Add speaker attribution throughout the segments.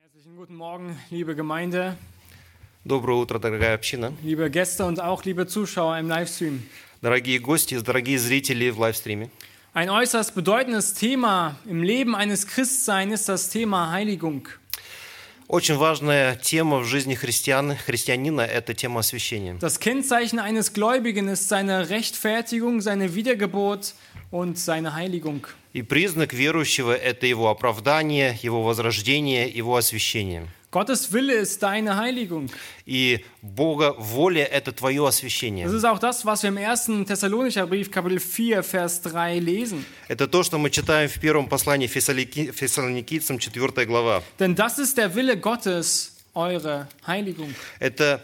Speaker 1: Herzlichen guten Morgen, liebe Gemeinde,
Speaker 2: Доброе утро, дорогая община,
Speaker 1: liebe Gäste und auch liebe Zuschauer im Livestream.
Speaker 2: дорогие гости, дорогие зрители в лайвстриме.
Speaker 1: Ein äußerst bedeutendes Thema im Leben eines Christseins ist das Thema Heiligung.
Speaker 2: Очень важная тема в жизни христиан, христианина – это тема освящения.
Speaker 1: Das Kennzeichen eines Gläubigen ist seine Rechtfertigung, seine Wiedergeburt und seine Heiligung.
Speaker 2: И признак верующего – это его оправдание, его возрождение, его освящение.
Speaker 1: Gottes Wille ist deine Heiligung.
Speaker 2: И Бога воля – это твое
Speaker 1: Das
Speaker 2: освящение.
Speaker 1: ist auch das, was wir im 1. Thessalonicher Brief, Kapitel 4, Vers 3 lesen.
Speaker 2: Это то, что мы читаем в первом послании Фессалики- Фессалоникийцам, 4 глава.
Speaker 1: Denn das ist der Wille Gottes, eure Heiligung.
Speaker 2: Это,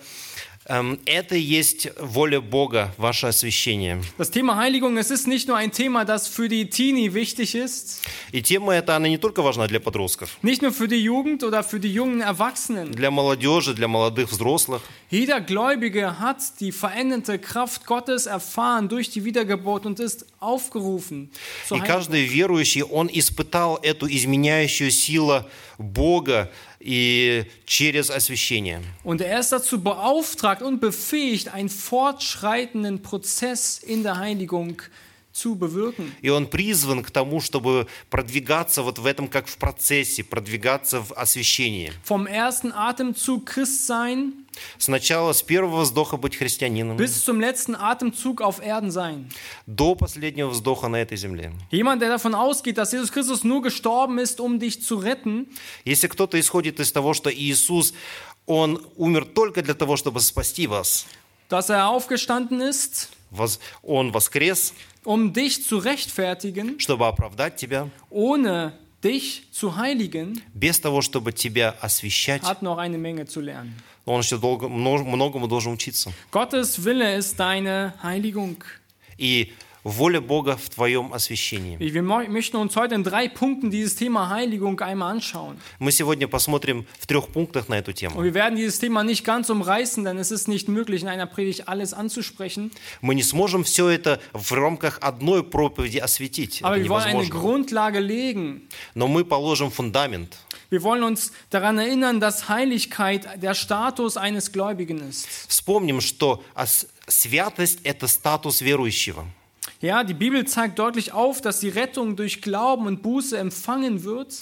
Speaker 2: эм, это и есть воля Бога, ваше освящение.
Speaker 1: Das Thema Heiligung, es ist nicht nur ein Thema, das für die Teenie wichtig ist,
Speaker 2: И тема эта, она не только важна для подростков,
Speaker 1: nicht nur für die Jugend oder für die jungen Erwachsenen.
Speaker 2: для молодежи, для молодых взрослых.
Speaker 1: Jeder Gläubige hat die veränderte Kraft Gottes erfahren durch die Wiedergeburt und ist aufgerufen zur
Speaker 2: И
Speaker 1: Heiligung.
Speaker 2: каждый верующий, он испытал эту изменяющую силу Бога и через освящение.
Speaker 1: Und er ist dazu beauftragt und befähigt, einen fortschreitenden Prozess in der Heiligung zu bewirken.
Speaker 2: И он призван к тому, чтобы продвигаться вот в этом, как в процессе, продвигаться в освящении.
Speaker 1: Vom ersten Atemzug Christsein
Speaker 2: Сначала с первого вздоха быть христианином,
Speaker 1: bis zum letzten Atemzug auf Erden sein.
Speaker 2: до последнего вздоха на этой земле.
Speaker 1: Jemand, der davon ausgeht, dass Jesus Christus nur gestorben ist, um dich zu retten,
Speaker 2: Если кто-то исходит из того, что Иисус, он умер только для того, чтобы спасти вас,
Speaker 1: dass er aufgestanden ist,
Speaker 2: воз- он воскрес,
Speaker 1: um dich zu rechtfertigen,
Speaker 2: чтобы оправдать тебя,
Speaker 1: ohne dich zu heiligen,
Speaker 2: без того, чтобы тебя освящать,
Speaker 1: hat noch eine Menge zu lernen.
Speaker 2: Он еще долго, мно- многому должен учиться.
Speaker 1: Gottes Wille ist deine Heiligung.
Speaker 2: И воля Бога в твоем освящении.
Speaker 1: Wir mo- möchten uns heute in drei Punkten dieses Thema Heiligung einmal anschauen.
Speaker 2: Мы сегодня посмотрим в трех пунктах на эту
Speaker 1: Und
Speaker 2: тему.
Speaker 1: wir werden dieses Thema nicht ganz umreißen, denn es ist nicht möglich, in einer Predigt alles anzusprechen.
Speaker 2: Мы не сможем все это в рамках одной проповеди осветить.
Speaker 1: Aber
Speaker 2: Это
Speaker 1: wir wollen eine
Speaker 2: невозможно.
Speaker 1: Grundlage legen,
Speaker 2: Но мы положим фундамент.
Speaker 1: Wir wollen uns daran erinnern, dass Heiligkeit der Status eines Gläubigen ist.
Speaker 2: Вспомним, что ос- святость – это статус верующего.
Speaker 1: Ja, die Bibel zeigt deutlich auf, dass die Rettung durch Glauben und Buße empfangen wird.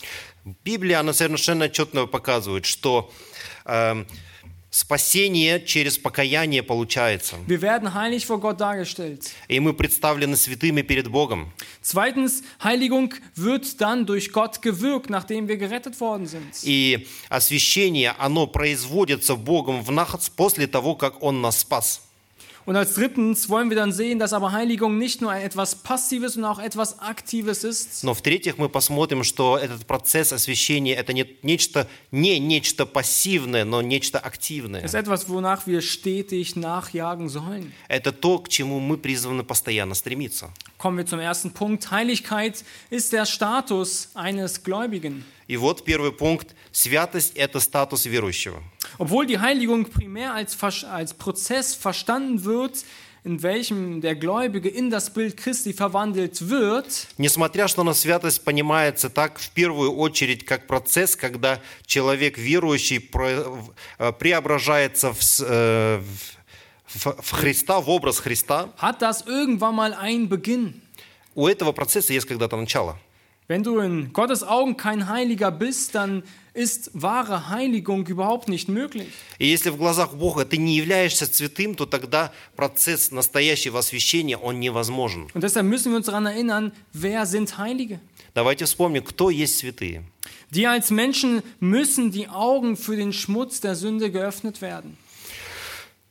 Speaker 2: Библия, она совершенно отчетно показывает, что эм, спасение через покаяние получается.
Speaker 1: Wir werden heilig vor Gott dargestellt.
Speaker 2: И мы представлены святыми перед Богом.
Speaker 1: Zweitens, Heiligung wird dann durch Gott gewirkt, nachdem wir gerettet worden sind.
Speaker 2: И освящение, оно производится Богом в нас после того, как Он нас спас.
Speaker 1: Und als drittens wollen wir dann sehen, dass aber Heiligung nicht nur etwas Passives, sondern auch etwas Aktives ist.
Speaker 2: Но в-третьих, мы посмотрим, что этот процесс освящения – это не нечто, не нечто пассивное, но нечто активное.
Speaker 1: Es ist etwas, wonach wir stetig nachjagen sollen.
Speaker 2: Это то, к чему мы призваны постоянно стремиться.
Speaker 1: Kommen wir zum ersten Punkt. Heiligkeit ist der Status eines Gläubigen.
Speaker 2: И вот первый пунkt – святость – это статус верующего.
Speaker 1: Obwohl die Heiligung primär als, Vers- als Prozess verstanden wird, in welchem der Gläubige in das Bild Christi verwandelt wird,
Speaker 2: Несмотря что на святость понимается так в первую очередь как процесс, когда человек верующий про- в- э, преображается в, с- э, в- в- в Христа, в образ Христа,
Speaker 1: hat das irgendwann mal einen Beginn.
Speaker 2: у этого процесса есть когда-то начало.
Speaker 1: Wenn du in Gottes Augen kein Heiliger bist, dann ist wahre Heiligung überhaupt nicht möglich.
Speaker 2: И если в глазах Бога ты не являешься святым, то тогда процесс настоящего освящения, он невозможен.
Speaker 1: Und deshalb müssen wir uns daran erinnern, wer sind Heilige?
Speaker 2: Давайте вспомним, кто есть святые.
Speaker 1: Die als Menschen müssen die Augen für den Schmutz der Sünde geöffnet werden.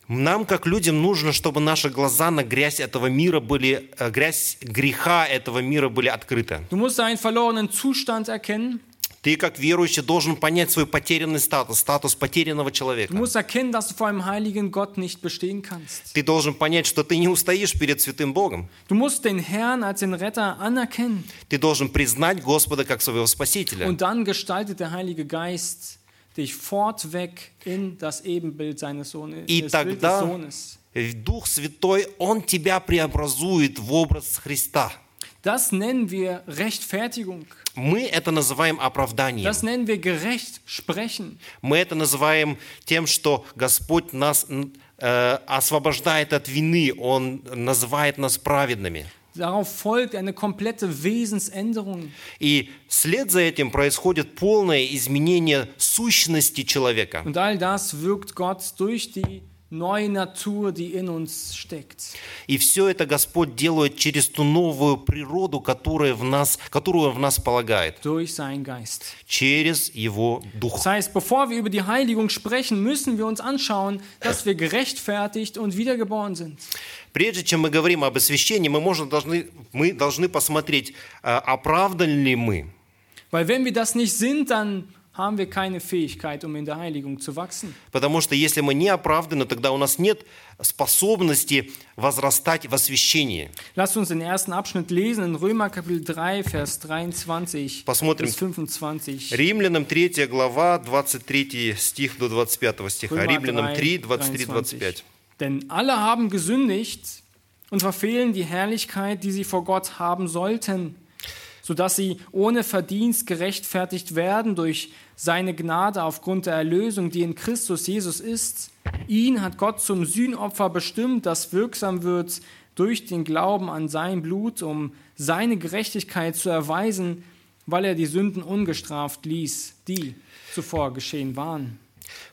Speaker 2: Нам, как людям, нужно, чтобы наши глаза на грязь этого мира были, э, грязь греха этого мира были открыты.
Speaker 1: Du musst deinen verlorenen Zustand erkennen.
Speaker 2: Ты, как верующий, должен понять свой потерянный статус, статус потерянного человека.
Speaker 1: Du musst erkennen, dass du vor einem heiligen Gott nicht bestehen kannst.
Speaker 2: Ты должен понять, что ты не устоишь перед святым Богом.
Speaker 1: Du musst den Herrn als den Retter anerkennen.
Speaker 2: Ты должен признать Господа как своего Спасителя.
Speaker 1: Und dann gestaltet der Heilige Geist dich fortweg in das Ebenbild seines Sohnes.
Speaker 2: И
Speaker 1: das Bild des
Speaker 2: тогда
Speaker 1: Sohnes.
Speaker 2: Дух Святой, Он тебя преобразует в образ Христа.
Speaker 1: Das nennen wir Rechtfertigung.
Speaker 2: Мы это называем оправданием.
Speaker 1: Das nennen wir gerecht sprechen.
Speaker 2: Мы это называем тем, что Господь нас м, э, освобождает от вины, Он называет нас праведными.
Speaker 1: Darauf folgt eine komplette Wesensänderung.
Speaker 2: И вслед за этим происходит полное изменение сущности человека.
Speaker 1: Und all das wirkt Gott durch die neue Natur, die in uns steckt.
Speaker 2: И все это Господь делает через ту новую природу, которая в нас, которую Он в нас полагает,
Speaker 1: Durch seinen Geist.
Speaker 2: через Его Дух.
Speaker 1: Das heißt, bevor wir über die Heiligung sprechen, müssen wir uns anschauen, dass wir gerechtfertigt und wiedergeboren sind.
Speaker 2: Прежде чем мы говорим об освящении, мы, можно, должны, мы должны посмотреть, э, оправданы ли мы.
Speaker 1: Weil wenn wir das nicht sind, dann haben wir keine Fähigkeit, um in der Heiligung zu wachsen.
Speaker 2: Потому что если мы не оправданы, тогда у нас нет способности возрастать в освящении.
Speaker 1: Lasst uns den ersten Abschnitt lesen in Römer Kapitel 3, Vers 23
Speaker 2: Посмотрим.
Speaker 1: bis 25.
Speaker 2: Римлянам 3 глава, 23 стих до 25 стиха.
Speaker 1: Römer
Speaker 2: Римлянам 3,
Speaker 1: 23,
Speaker 2: 23-25.
Speaker 1: Denn alle haben gesündigt und verfehlen die Herrlichkeit, die sie vor Gott haben sollten, sodass sie ohne Verdienst gerechtfertigt werden durch seine Gnade aufgrund der Erlösung, die in Christus Jesus ist. Ihn hat Gott zum Sühnopfer bestimmt, das wirksam wird durch den Glauben an sein Blut, um seine Gerechtigkeit zu erweisen, weil er die Sünden ungestraft ließ, die zuvor geschehen waren.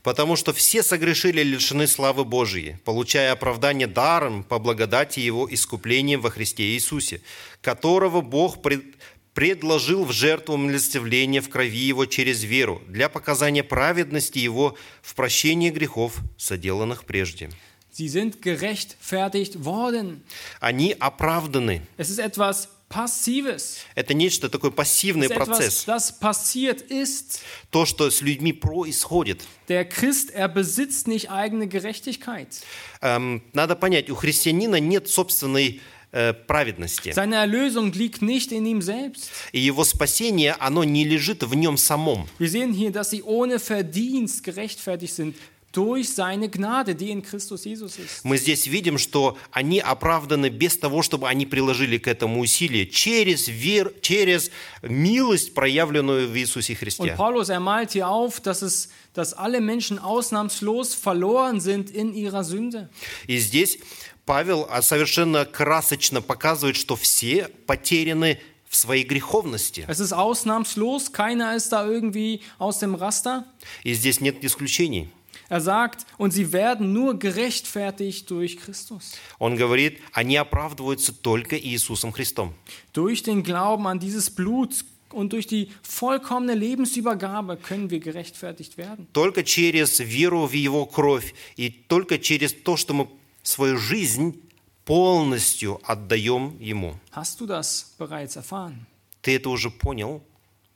Speaker 2: Потому что все согрешили и лишены славы Божией, получая оправдание даром по благодати Его искуплением во Христе Иисусе, которого Бог пред- предложил в жертву милостивления в крови Его через веру для показания праведности Его в прощении грехов, соделанных прежде.
Speaker 1: Sie sind gerechtfertigt worden.
Speaker 2: Они оправданы.
Speaker 1: Es ist etwas Passives.
Speaker 2: Это нечто такой пассивный
Speaker 1: Es ist etwas,
Speaker 2: процесс.
Speaker 1: das passiert ist.
Speaker 2: То, что с людьми происходит.
Speaker 1: Der Christ, er besitzt nicht eigene Gerechtigkeit.
Speaker 2: Эм, надо понять, у христианина нет собственной э, праведности.
Speaker 1: Seine Erlösung liegt nicht in ihm selbst.
Speaker 2: И его спасение, оно не лежит в нем самом.
Speaker 1: Wir sehen hier, dass sie ohne Verdienst gerechtfertigt sind durch seine Gnade, die in Christus Jesus ist.
Speaker 2: Мы здесь видим, что они оправданы без того, чтобы они приложили к этому усилие, через, вер... через милость, проявленную в Иисусе
Speaker 1: Und
Speaker 2: Христе.
Speaker 1: Paulus, er malt hier auf, dass, es, dass alle Menschen ausnahmslos verloren sind in ihrer Sünde.
Speaker 2: И здесь Павел а, совершенно красочно показывает, что все потеряны в своей греховности.
Speaker 1: Es ist ausnahmslos, keiner ist da irgendwie aus dem Raster.
Speaker 2: И здесь нет исключений.
Speaker 1: Er sagt, und sie werden nur gerechtfertigt durch Christus,
Speaker 2: Он говорит, они оправдываются только Иисусом Христом.
Speaker 1: durch den Glauben an dieses Blut und durch die vollkommene Lebensübergabe können wir gerechtfertigt werden.
Speaker 2: Только через веру в Его кровь и только через то, что мы свою жизнь полностью отдаем Ему.
Speaker 1: Hast du das bereits erfahren?
Speaker 2: Ты это уже понял,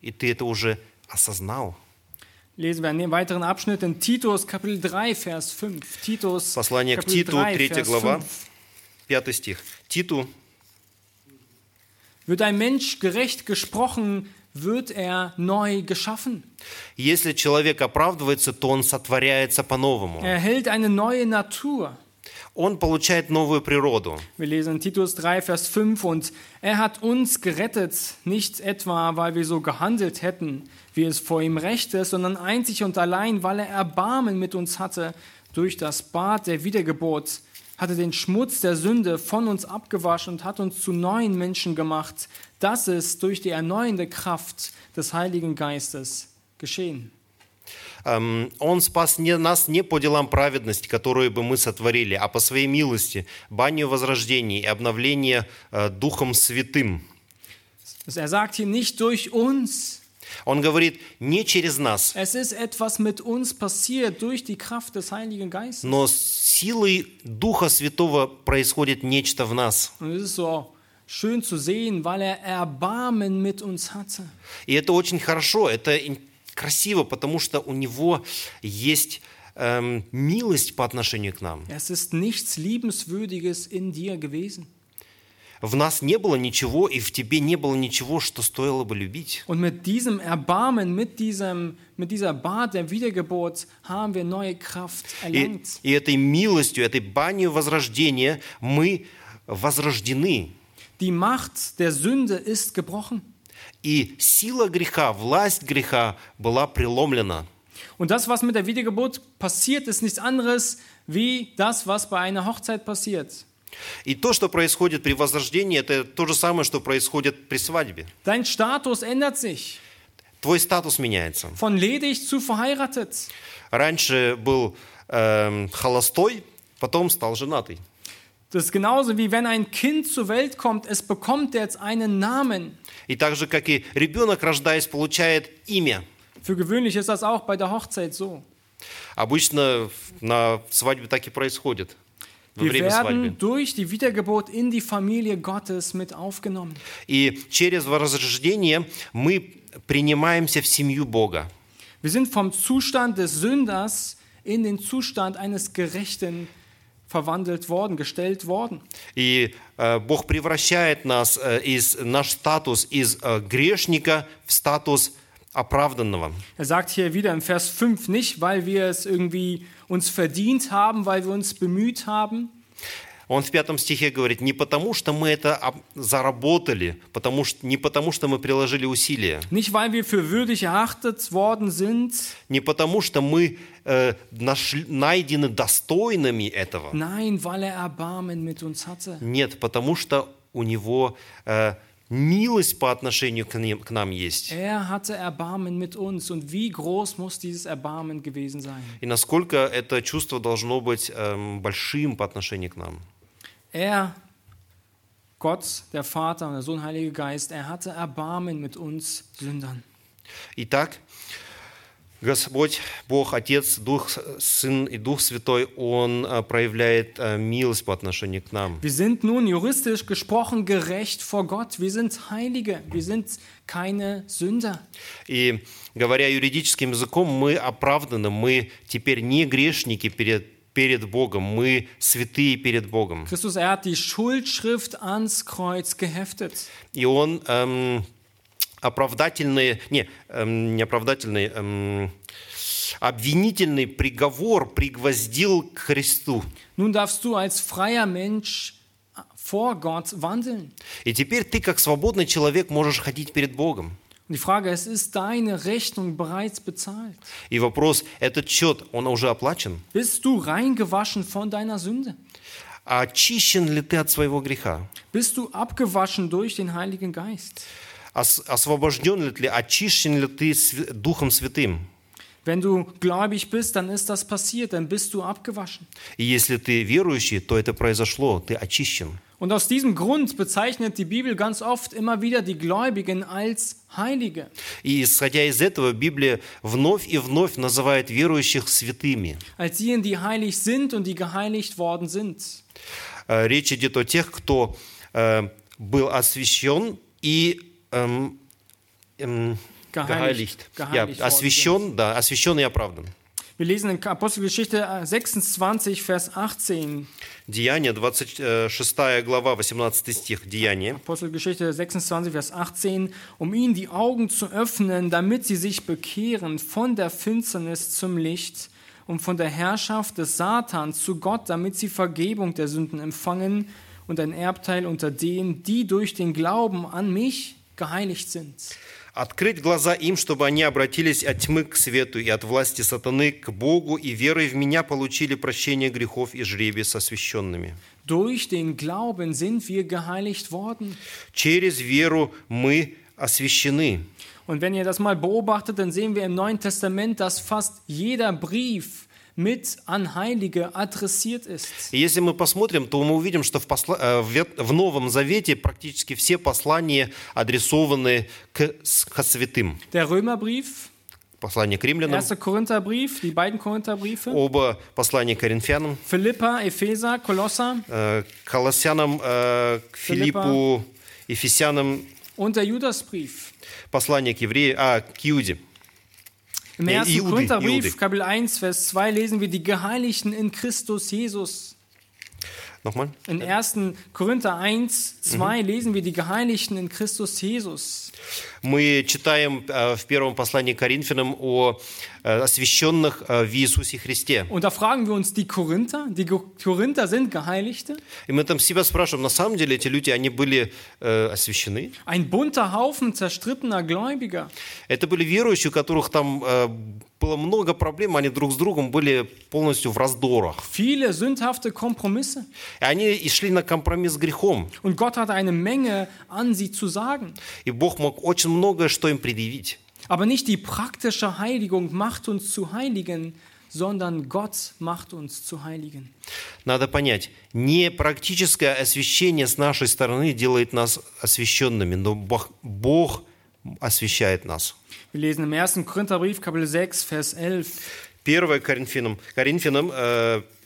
Speaker 2: и ты это уже осознал.
Speaker 1: Lesen wir einen weiteren Abschnitt in Titus Kapitel 3 Vers 5. Titus
Speaker 2: Послание к
Speaker 1: Kapitel
Speaker 2: Титу, 3 глава. Пятый стих. Титу,
Speaker 1: Wird ein Mensch gerecht gesprochen, wird er neu geschaffen.
Speaker 2: если человек оправдывается, то он сотворяется по-новому.
Speaker 1: Er erhält eine neue Natur.
Speaker 2: Он получает новую природу.
Speaker 1: Wir lesen in Titus 3, Vers 5 und er hat uns gerettet, nicht etwa, weil wir so gehandelt hätten, wie es vor ihm recht ist, sondern einzig und allein, weil er Erbarmen mit uns hatte. Durch das Bad der Wiedergeburt hat er den Schmutz der Sünde von uns abgewaschen und hat uns zu neuen Menschen gemacht. Das ist durch die erneuernde Kraft des Heiligen Geistes geschehen.
Speaker 2: Эм, Он спас не- нас не по делам праведности, которую бы мы сотворили, а по своей милости, баню возрождения и обновления э, Духом Святым.
Speaker 1: Also Er sagt hier nicht durch uns.
Speaker 2: Он говорит, не через нас,
Speaker 1: Es ist etwas mit uns passiert durch die Kraft des Heiligen Geistes.
Speaker 2: но с силой Духа Святого происходит нечто в нас.
Speaker 1: Und es ist so schön zu sehen, weil er Erbarmen mit uns hatte.
Speaker 2: И это очень хорошо, это ин- красиво, потому что у него есть эм, милость по отношению к нам.
Speaker 1: Es ist nichts Liebenswürdiges in dir gewesen.
Speaker 2: В нас не было ничего, и в тебе не было ничего, что стоило бы любить.
Speaker 1: Und mit diesem Erbarmen, mit, diesem, mit dieser Bad der Wiedergeburt haben wir neue Kraft
Speaker 2: И,
Speaker 1: erlangt.
Speaker 2: и этой милостью, этой банью возрождения мы возрождены.
Speaker 1: Die Macht der Sünde ist gebrochen.
Speaker 2: И сила греха, власть греха была преломлена.
Speaker 1: Und das, was mit der Wiedergeburt passiert, ist nichts anderes wie das, was bei einer Hochzeit passiert.
Speaker 2: И то, что происходит при возрождении, это то же самое, что происходит при свадьбе.
Speaker 1: Dein Status ändert sich
Speaker 2: Твой статус меняется.
Speaker 1: von ledig zu verheiratet.
Speaker 2: Раньше был эм, холостой, потом стал женатый.
Speaker 1: Das ist genauso wie wenn ein Kind zur Welt kommt, es bekommt jetzt einen Namen.
Speaker 2: И так же, как и ребенок, рождаясь, получает имя.
Speaker 1: Für gewöhnlich ist das auch bei der Hochzeit so.
Speaker 2: Обычно на свадьбе так и происходит. Во
Speaker 1: Wir
Speaker 2: время свадьбы.
Speaker 1: werden durch die Wiedergeburt in die Familie Gottes mit aufgenommen.
Speaker 2: И через возрождение мы принимаемся в семью Бога.
Speaker 1: Wir sind vom Zustand des Sünders in den Zustand eines Gerechten verwandelt worden, gestellt worden.
Speaker 2: И э, Бог превращает нас э, из наш статус из э, грешника в статус оправданного.
Speaker 1: Er sagt hier wieder im Vers 5 nicht, weil wir es irgendwie uns verdient haben, weil wir uns bemüht haben,
Speaker 2: Он в пятом стихе говорит, не потому, что мы это об- заработали, потому что, не потому, что мы приложили усилия,
Speaker 1: nicht weil wir für würdig erachtet worden sind,
Speaker 2: не потому, что мы э, нашли- найдены достойными этого.
Speaker 1: nein, weil er Erbarmen mit uns hatte.
Speaker 2: Нет, потому что у него э, милость по отношению к, ним- к нам есть.
Speaker 1: Er hatte Erbarmen mit uns und wie groß muss dieses Erbarmen gewesen sein?
Speaker 2: И насколько это чувство должно быть эм, большим по отношению к нам.
Speaker 1: Er, Gott, der Vater und der Sohn, Heiliger Geist, er hatte Erbarmen mit uns Sündern.
Speaker 2: Итак, Господь, Бог, Отец, Дух, Сын и Дух Святой, Он э, проявляет э, милость по отношению к нам.
Speaker 1: Wir sind nun juristisch gesprochen gerecht vor Gott. Wir sind Heilige. Wir sind keine Sünder.
Speaker 2: И говоря юридическим языком, мы оправданы, мы теперь не грешники перед, перед Богом, мы святые перед Богом.
Speaker 1: Christus, er hat die Schuldschrift ans Kreuz geheftet.
Speaker 2: И он эм, оправдательный, не, эм, не оправдательный, эм, обвинительный приговор пригвоздил к Христу.
Speaker 1: Nun darfst du als freier Mensch vor Gott wandeln.
Speaker 2: И теперь ты, как свободный человек, можешь ходить перед Богом.
Speaker 1: Und die Frage ist, ist deine Rechnung bereits bezahlt?
Speaker 2: И вопрос, этот счет, он уже оплачен?
Speaker 1: Bist du reingewaschen von deiner Sünde?
Speaker 2: А очищен ли ты от своего греха?
Speaker 1: Bist du abgewaschen durch den Heiligen Geist?
Speaker 2: Ос- освобожден ли ты, очищен ли ты св- Духом Святым?
Speaker 1: Wenn du gläubig bist, dann ist das passiert, dann bist du abgewaschen.
Speaker 2: И если ты верующий, то это произошло, ты очищен.
Speaker 1: Und aus diesem Grund bezeichnet die Bibel ganz oft immer wieder die Gläubigen als Heilige.
Speaker 2: И исходя из этого, Библия вновь и вновь называет верующих святыми.
Speaker 1: als jenen, die heilig sind und die geheiligt worden sind.
Speaker 2: Э, Речь идет о тех, кто э, был освящен и эм, эм,
Speaker 1: Geheiligt. Geheiligt
Speaker 2: Я, освящен, да, освящен и оправдан.
Speaker 1: Wir lesen in Apostelgeschichte äh, 26, Vers 18.
Speaker 2: Деяние, 26 э, глава, 18 стих, Деяние.
Speaker 1: Apostelgeschichte 26, Vers 18. Um ihnen die Augen zu öffnen, damit sie sich bekehren von der Finsternis zum Licht und von der Herrschaft des Satans zu Gott, damit sie Vergebung der Sünden empfangen und ein Erbteil unter denen, die durch den Glauben an mich geheiligt sind.
Speaker 2: «Открыть глаза им, чтобы они обратились от тьмы к свету и от власти сатаны к Богу, и верой в Меня получили прощение грехов и жребие с освященными».
Speaker 1: Durch den Glauben sind wir geheiligt worden.
Speaker 2: Через веру мы освящены.
Speaker 1: Und wenn ihr das mal beobachtet, dann sehen wir im Neuen Testament, dass fast jeder Brief mit an Heilige adressiert ist.
Speaker 2: И если мы посмотрим, то мы увидим, что в, посла- э, в Вет- в Новом Завете практически все послания адресованы к, с- к святым.
Speaker 1: Der Römerbrief,
Speaker 2: Послание к римлянам,
Speaker 1: 1. Korintherbrief, die beiden Korintherbriefe,
Speaker 2: оба послания к коринфянам,
Speaker 1: Philippa, Epheser, Kolosser
Speaker 2: э, к колоссянам, э, к Филиппу, Ефесянам,
Speaker 1: und der Judasbrief.
Speaker 2: послание к евреям, а, к Иуде.
Speaker 1: Im
Speaker 2: Nee,
Speaker 1: 1.
Speaker 2: Jude,
Speaker 1: Korintherbrief,
Speaker 2: Jude.
Speaker 1: Kapitel 1, Vers 2 lesen wir die Geheiligten in Christus Jesus.
Speaker 2: На Nochmal?
Speaker 1: In 1. Korinther 1, 2 lesen wir die Geheiligten in Christus Jesus.
Speaker 2: Мы читаем э, в первом послании к Коринфянам о э, освященных э, в Иисусе Христе.
Speaker 1: Und da fragen wir uns, die Korinther, die Go- Korinther sind Geheiligte?
Speaker 2: И мы там себя спрашиваем, на самом деле эти люди, они были э, освящены?
Speaker 1: Ein bunter Haufen zerstrittener Gläubiger.
Speaker 2: Это были верующие, у которых там э, было много проблем, они друг с другом были полностью в раздорах.
Speaker 1: Viele sündhafte Kompromisse.
Speaker 2: И они и шли на компромисс с грехом.
Speaker 1: Und Gott hat eine Menge an sie zu sagen.
Speaker 2: И Бог мог очень многое что им предъявить.
Speaker 1: Aber nicht die praktische Heiligung macht uns zu Heiligen, sondern Gott macht uns zu Heiligen.
Speaker 2: Надо понять, не практическое освящение с нашей стороны делает нас освященными, но Бог, Бог освящает нас.
Speaker 1: Wir lesen im 1. Korintherbrief, Kapitel 6, Vers 11.
Speaker 2: 1 Коринфянам, Коринфянам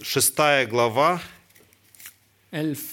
Speaker 2: 6 глава,
Speaker 1: 11.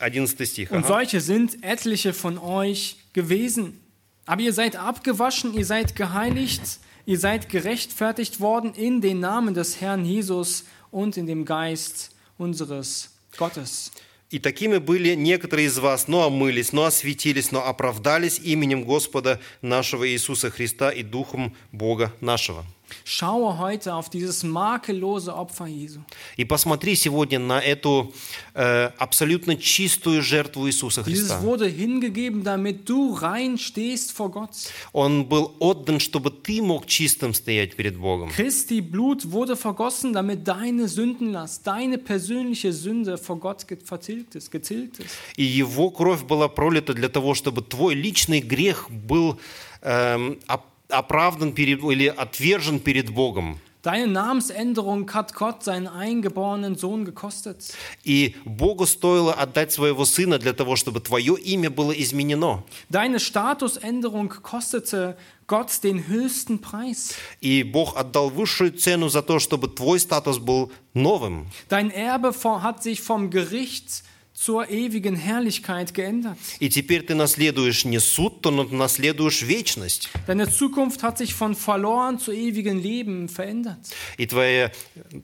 Speaker 2: 11 стих.
Speaker 1: Und
Speaker 2: ага.
Speaker 1: solche sind etliche von euch gewesen. Aber ihr seid abgewaschen, ihr seid geheiligt, ihr seid gerechtfertigt worden in den Namen des Herrn Jesus und in dem Geist unseres Gottes.
Speaker 2: «И такими были некоторые из вас, но омылись, но осветились, но оправдались именем Господа нашего Иисуса Христа и Духом Бога нашего».
Speaker 1: Schaue heute auf dieses makellose Opfer Jesu.
Speaker 2: И посмотри сегодня на эту э, абсолютно чистую жертву Иисуса
Speaker 1: Dieses
Speaker 2: Христа.
Speaker 1: wurde hingegeben, damit du rein stehst vor Gott.
Speaker 2: Он был отдан, чтобы ты мог чистым стоять перед Богом.
Speaker 1: Christi Blut wurde vergossen, damit deine Sündenlast, deine persönliche Sünde vor Gott ge- vertilgt ist, getilgt ist.
Speaker 2: И Его кровь была пролита для того, чтобы твой личный грех был эм, оп- оправдан перед, или отвержен перед Богом.
Speaker 1: Deine Namensänderung hat Gott seinen eingeborenen Sohn gekostet.
Speaker 2: И Богу стоило отдать своего сына для того, чтобы твое имя было изменено.
Speaker 1: Deine Statusänderung kostete Gott den höchsten Preis.
Speaker 2: И Бог отдал высшую цену за то, чтобы твой статус был новым.
Speaker 1: Dein Erbe vo- hat sich vom Gericht zur ewigen Herrlichkeit geändert.
Speaker 2: И теперь ты наследуешь не суд, то наследуешь вечность.
Speaker 1: Deine Zukunft hat sich von verloren zu ewigen Leben verändert.
Speaker 2: И твоя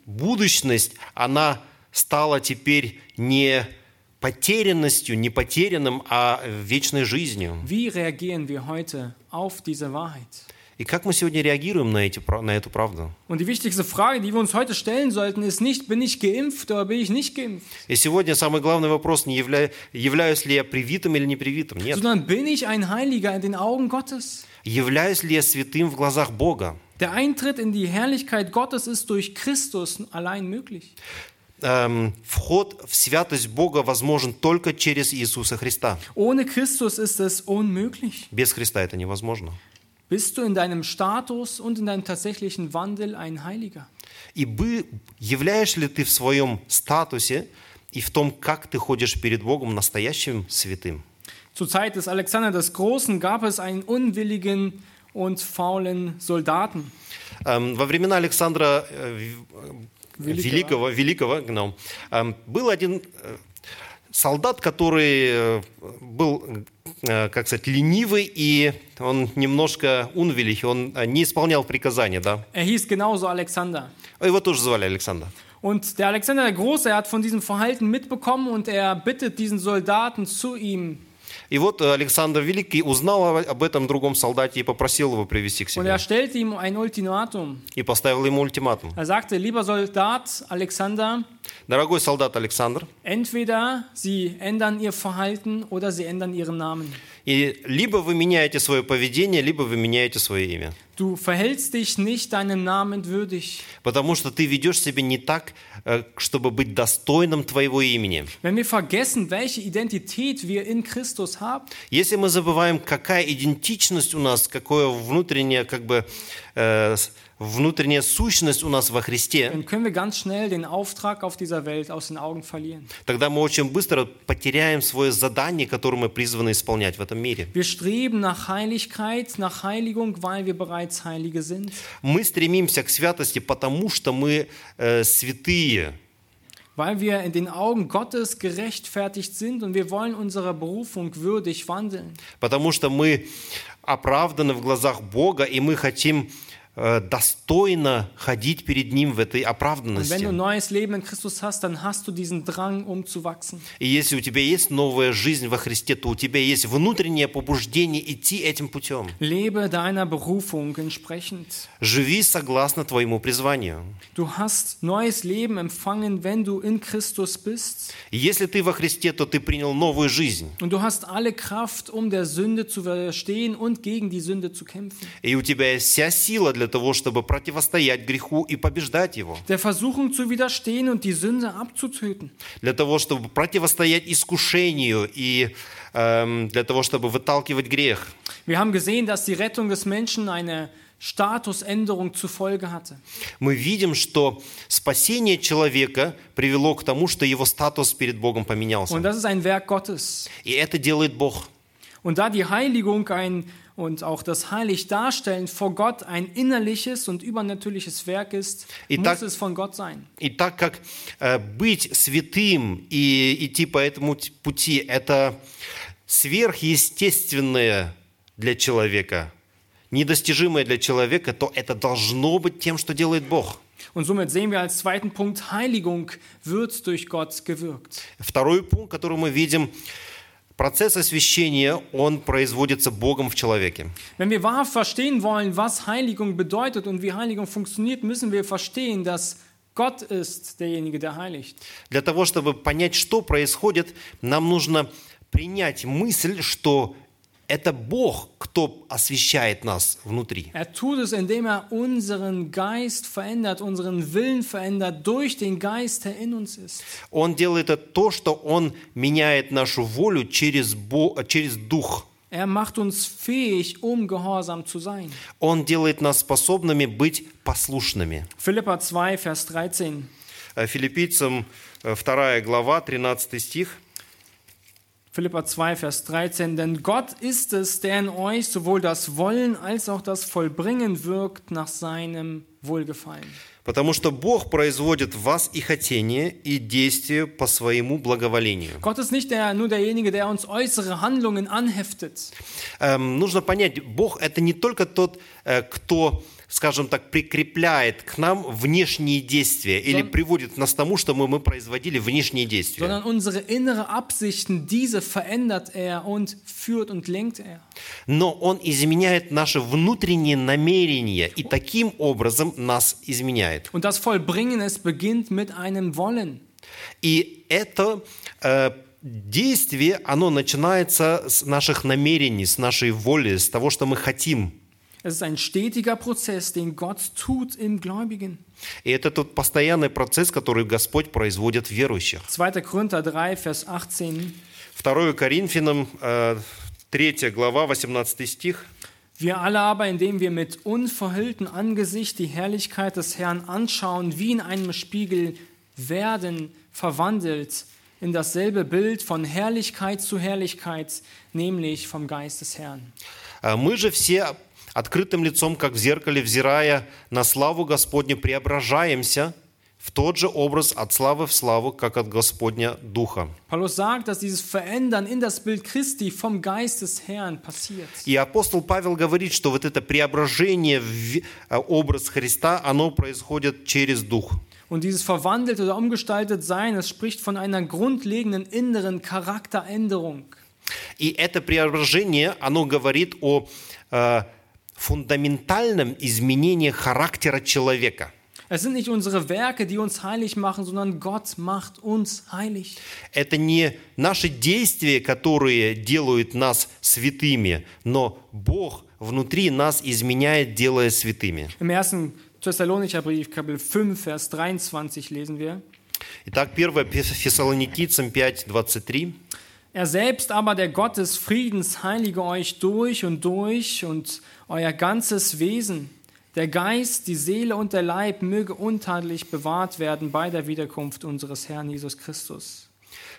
Speaker 2: будущность, она стала теперь не потерянностью, не потерянным, а вечной жизнью.
Speaker 1: Wie reagieren wir heute auf diese Wahrheit?
Speaker 2: И как мы сегодня реагируем на, эти, пра- на эту правду?
Speaker 1: Und die wichtigste Frage, die wir uns heute stellen sollten, ist nicht, bin ich geimpft oder bin ich nicht geimpft,
Speaker 2: И сегодня самый главный вопрос, не явля- являюсь ли я привитым или не привитым. Нет.
Speaker 1: sondern bin ich ein Heiliger in den Augen Gottes?
Speaker 2: Являюсь ли я святым в глазах Бога?
Speaker 1: Der Eintritt in die Herrlichkeit Gottes ist durch Christus allein möglich.
Speaker 2: Эм, вход в святость Бога возможен только через Иисуса Христа.
Speaker 1: Ohne Christus ist es unmöglich.
Speaker 2: Без Христа это невозможно.
Speaker 1: Bist du in deinem Status und in deinem tatsächlichen Wandel ein Heiliger?
Speaker 2: И бы, являешь ли ты в своем статусе и в том, как ты ходишь перед Богом настоящим святым?
Speaker 1: Zur Zeit des Alexander des Großen gab es einen unwilligen und faulen Soldaten.
Speaker 2: Эм, во времена Александра э, в- э,
Speaker 1: Великого.
Speaker 2: Великого, Великого, genau, эм, был один э, солдат, который э, был, э, как сказать, ленивый, и он немножко унвелих, он э, не исполнял приказания, да.
Speaker 1: Er hieß genauso Alexander.
Speaker 2: Его тоже звали Александр.
Speaker 1: Und der Alexander der Große, er hat von diesem Verhalten mitbekommen und er bittet diesen Soldaten zu ihm.
Speaker 2: И вот э, Александр Великий узнал о- об этом другом солдате и попросил его привести к
Speaker 1: Und
Speaker 2: себе.
Speaker 1: er stellte ihm ein Ultimatum.
Speaker 2: И поставил ему ультиматум.
Speaker 1: Er sagte, lieber Soldat Alexander,
Speaker 2: Дорогой солдат Александр,
Speaker 1: entweder Sie ändern Ihr Verhalten oder Sie ändern Ihren Namen.
Speaker 2: и либо вы меняете свое поведение, либо вы меняете свое имя.
Speaker 1: Du verhältst dich nicht deinem Namen würdig.
Speaker 2: Потому что ты ведешь себя не так, э, чтобы быть достойным твоего имени.
Speaker 1: Wenn wir vergessen, welche Identität wir in Christus haben,
Speaker 2: Если мы забываем, какая идентичность у нас, какое внутреннее, как бы, э, с- внутренняя сущность у нас во Христе,
Speaker 1: dann können wir ganz schnell den Auftrag auf dieser Welt aus den Augen verlieren.
Speaker 2: тогда мы очень быстро потеряем свое задание, которое мы призваны исполнять в этом мире.
Speaker 1: Wir streben nach Heiligkeit, nach Heiligung, weil wir bereits Heilige sind.
Speaker 2: Мы стремимся к святости, потому что мы э, святые,
Speaker 1: Weil wir in den Augen Gottes gerechtfertigt sind und wir wollen unserer Berufung würdig wandeln.
Speaker 2: потому что мы оправданы в глазах Бога, и мы хотим э, достойно ходить перед Ним в этой
Speaker 1: Und wenn du ein
Speaker 2: оправданности.
Speaker 1: neues Leben in Christus hast, dann hast du diesen Drang, um zu wachsen.
Speaker 2: И если у тебя есть новая жизнь во Христе, то у тебя есть внутреннее побуждение идти этим путем.
Speaker 1: Lebe deiner Berufung entsprechend.
Speaker 2: Живи согласно твоему призванию.
Speaker 1: Du hast neues Leben empfangen, wenn du in Christus bist.
Speaker 2: И Если ты во Христе, то ты принял новую жизнь.
Speaker 1: Und du hast alle Kraft, um der Sünde zu widerstehen und gegen die Sünde zu kämpfen.
Speaker 2: И у тебя есть вся сила для того, чтобы противостоять греху и побеждать его.
Speaker 1: Der Versuchung zu widerstehen und die Sünde abzutöten.
Speaker 2: Для того, чтобы противостоять искушению и эм, для того, чтобы выталкивать грех.
Speaker 1: Wir haben gesehen, dass die Rettung des Menschen eine Statusänderung zur Folge hatte.
Speaker 2: Мы видим, что спасение человека привело к тому, что его статус перед Богом поменялся.
Speaker 1: Und das ist ein Werk Gottes.
Speaker 2: И это делает Бог.
Speaker 1: Und da die Heiligung ein und auch das Heilig darstellen vor Gott ein innerliches und übernatürliches Werk ist,
Speaker 2: И
Speaker 1: muss
Speaker 2: так-
Speaker 1: es von Gott sein.
Speaker 2: И так как э, быть святым и идти по этому т- пути – это сверхъестественное для человека, недостижимое для человека, то это должно быть тем, что делает Бог.
Speaker 1: Und somit sehen wir als zweiten Punkt, Heiligung wird durch Gott gewirkt.
Speaker 2: Второй пункт, который мы видим, процесс освящения, он производится Богом в человеке.
Speaker 1: Wenn wir wahrhaft verstehen wollen, was Heiligung bedeutet und wie Heiligung funktioniert, müssen wir verstehen, dass Gott ist derjenige, der heiligt.
Speaker 2: Для того, чтобы понять, что происходит, нам нужно принять мысль, что это Бог, кто освещает нас внутри.
Speaker 1: Er tut es, indem er unseren Geist verändert, unseren Willen verändert durch den Geist, der in uns ist.
Speaker 2: Он делает это то, что Он меняет нашу волю через, Бо- через Дух.
Speaker 1: Er macht uns fähig, um gehorsam zu sein.
Speaker 2: Он делает нас способными быть послушными.
Speaker 1: Philippa 2, Vers 13.
Speaker 2: Э, Филиппийцам 2 глава, 13 стих.
Speaker 1: Philippa 2, Vers 13. Denn Gott ist es, der in euch sowohl das Wollen als auch das Vollbringen wirkt nach seinem Wohlgefallen.
Speaker 2: «Потому что Бог производит в вас и хотение, и действие по своему благоволению».
Speaker 1: Gott ist nicht der, nur derjenige, der uns äußere Handlungen anheftet.
Speaker 2: Эм, нужно понять, Бог – это не только тот, э, кто, скажем так, прикрепляет к нам внешние действия или
Speaker 1: Сон-
Speaker 2: приводит нас к тому, что мы, мы производили внешние действия.
Speaker 1: sondern unsere innere Absichten, diese verändert er und führt und lenkt er.
Speaker 2: Но он изменяет наши внутренние намерения и таким образом нас изменяет.
Speaker 1: Und das Vollbringen, es beginnt mit einem Wollen.
Speaker 2: И это э, действие, оно начинается с наших намерений, с нашей воли, с того, что мы хотим.
Speaker 1: Es ist ein stetiger Prozess, den Gott tut im Gläubigen.
Speaker 2: И это тот постоянный процесс, который Господь производит в верующих.
Speaker 1: 2. Korinther 3, Vers 18.
Speaker 2: 2 Коринфянам, э, 3 глава, 18 стих.
Speaker 1: Wir alle aber, indem wir mit unverhülltem Angesicht die Herrlichkeit des Herrn anschauen, wie in einem Spiegel werden verwandelt in dasselbe Bild von Herrlichkeit zu Herrlichkeit, nämlich vom Geist des Herrn.
Speaker 2: «А «Мы же все открытым лицом, как в зеркале, взирая на славу Господню, преображаемся в тот же образ от славы в славу, как от Господня Духа».
Speaker 1: Paulus sagt, dass dieses Verändern in das Bild Christi vom Geist des Herrn passiert.
Speaker 2: И апостол Павел говорит, что вот это преображение в ви- э, образ Христа, оно происходит через Дух.
Speaker 1: Und dieses verwandelt oder umgestaltet Sein, es spricht von einer grundlegenden inneren Charakteränderung.
Speaker 2: И это преображение, оно говорит о э, фундаментальном изменении характера человека.
Speaker 1: Es sind nicht unsere Werke, die uns heilig machen, sondern Gott macht uns heilig.
Speaker 2: Это не наши действия, которые делают нас святыми, но Бог внутри нас изменяет, делая святыми.
Speaker 1: Im ersten Thessalonicher Brief, Kapitel 5, Vers 23 lesen wir.
Speaker 2: Итак, 1 Фессалоникийцам 5, 23.
Speaker 1: Er selbst aber, der Gott des Friedens, heilige euch durch und durch und euer ganzes Wesen, der Geist, die Seele und der Leib möge untadelig bewahrt werden bei der Wiederkunft unseres Herrn Jesus Christus.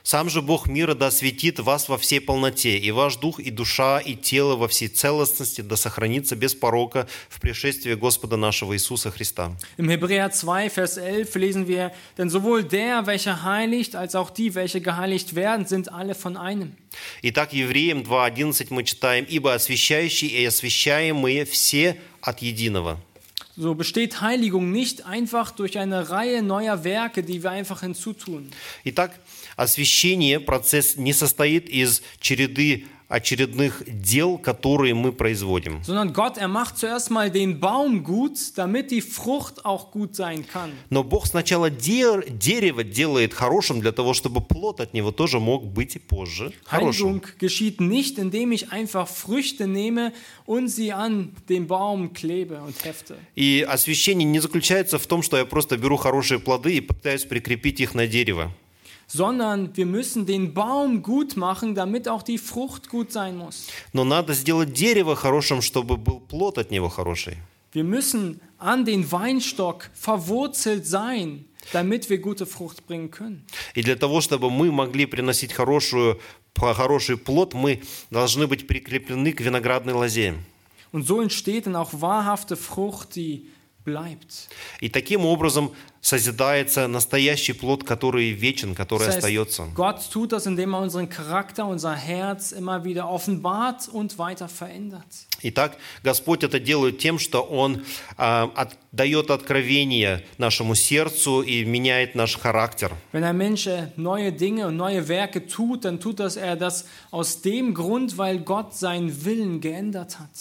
Speaker 2: «Сам же Бог мира да осветит вас во всей полноте, и ваш дух, и душа, и тело во всей целостности да сохранится без порока в пришествии Господа нашего Иисуса Христа».
Speaker 1: Im Hebräer 2, Vers 11 lesen wir, denn sowohl der, welcher heiligt, als auch die, welche geheiligt werden, sind alle von einem.
Speaker 2: Итак, Евреям 2.11 мы читаем, «Ибо освящающие и освящаемые все от единого».
Speaker 1: So besteht Heiligung nicht einfach durch eine Reihe neuer Werke, die wir einfach hinzutun.
Speaker 2: Итак, освящение, процесс не состоит из череды очередных дел, которые мы производим.
Speaker 1: Sondern Gott, er macht zuerst mal den Baum gut, damit die Frucht auch gut sein kann.
Speaker 2: Но Бог сначала дер- дерево делает хорошим для того, чтобы плод от него тоже мог быть и позже
Speaker 1: Heiligung
Speaker 2: хорошим.
Speaker 1: geschieht nicht, indem ich einfach Früchte nehme und sie an den Baum klebe und hefte.
Speaker 2: И освящение не заключается в том, что я просто беру хорошие плоды и пытаюсь прикрепить их на дерево.
Speaker 1: Sondern wir müssen den Baum gut machen, damit auch die Frucht gut sein muss.
Speaker 2: Но надо сделать дерево хорошим, чтобы был плод от него хороший.
Speaker 1: Wir müssen an den Weinstock verwurzelt sein, damit wir gute Frucht bringen können.
Speaker 2: И для того, чтобы мы могли приносить хорошую, п- хороший плод, мы должны быть прикреплены к виноградной лозе.
Speaker 1: Und so entsteht dann auch wahrhafte Frucht, die bleibt.
Speaker 2: И таким образом созидается настоящий плод, который вечен, который
Speaker 1: Das heißt,
Speaker 2: остается.
Speaker 1: Gott tut das, indem er unseren Charakter, unser Herz immer wieder offenbart und weiter verändert.
Speaker 2: Итак, Господь это делает тем, что Он а, от- дает откровение нашему сердцу и меняет наш характер.
Speaker 1: Wenn ein Mensch äh, neue Dinge und neue Werke tut, dann tut das er das aus dem Grund, weil Gott seinen Willen geändert hat.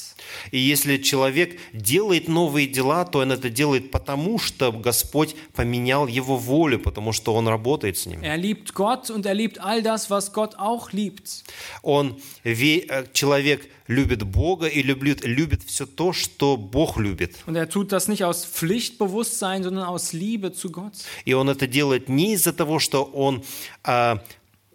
Speaker 2: И если человек делает новые дела, то он это делает потому, что Господь поменял его волю, потому что он работает с ним.
Speaker 1: Er liebt Gott und er liebt all das, was Gott auch liebt.
Speaker 2: Он ве- э, человек любит Бога и любит, любит все то, что Бог любит.
Speaker 1: Und er tut das nicht aus Pflichtbewusstsein, sondern aus Liebe zu Gott.
Speaker 2: И он это делает не из-за того, что он а,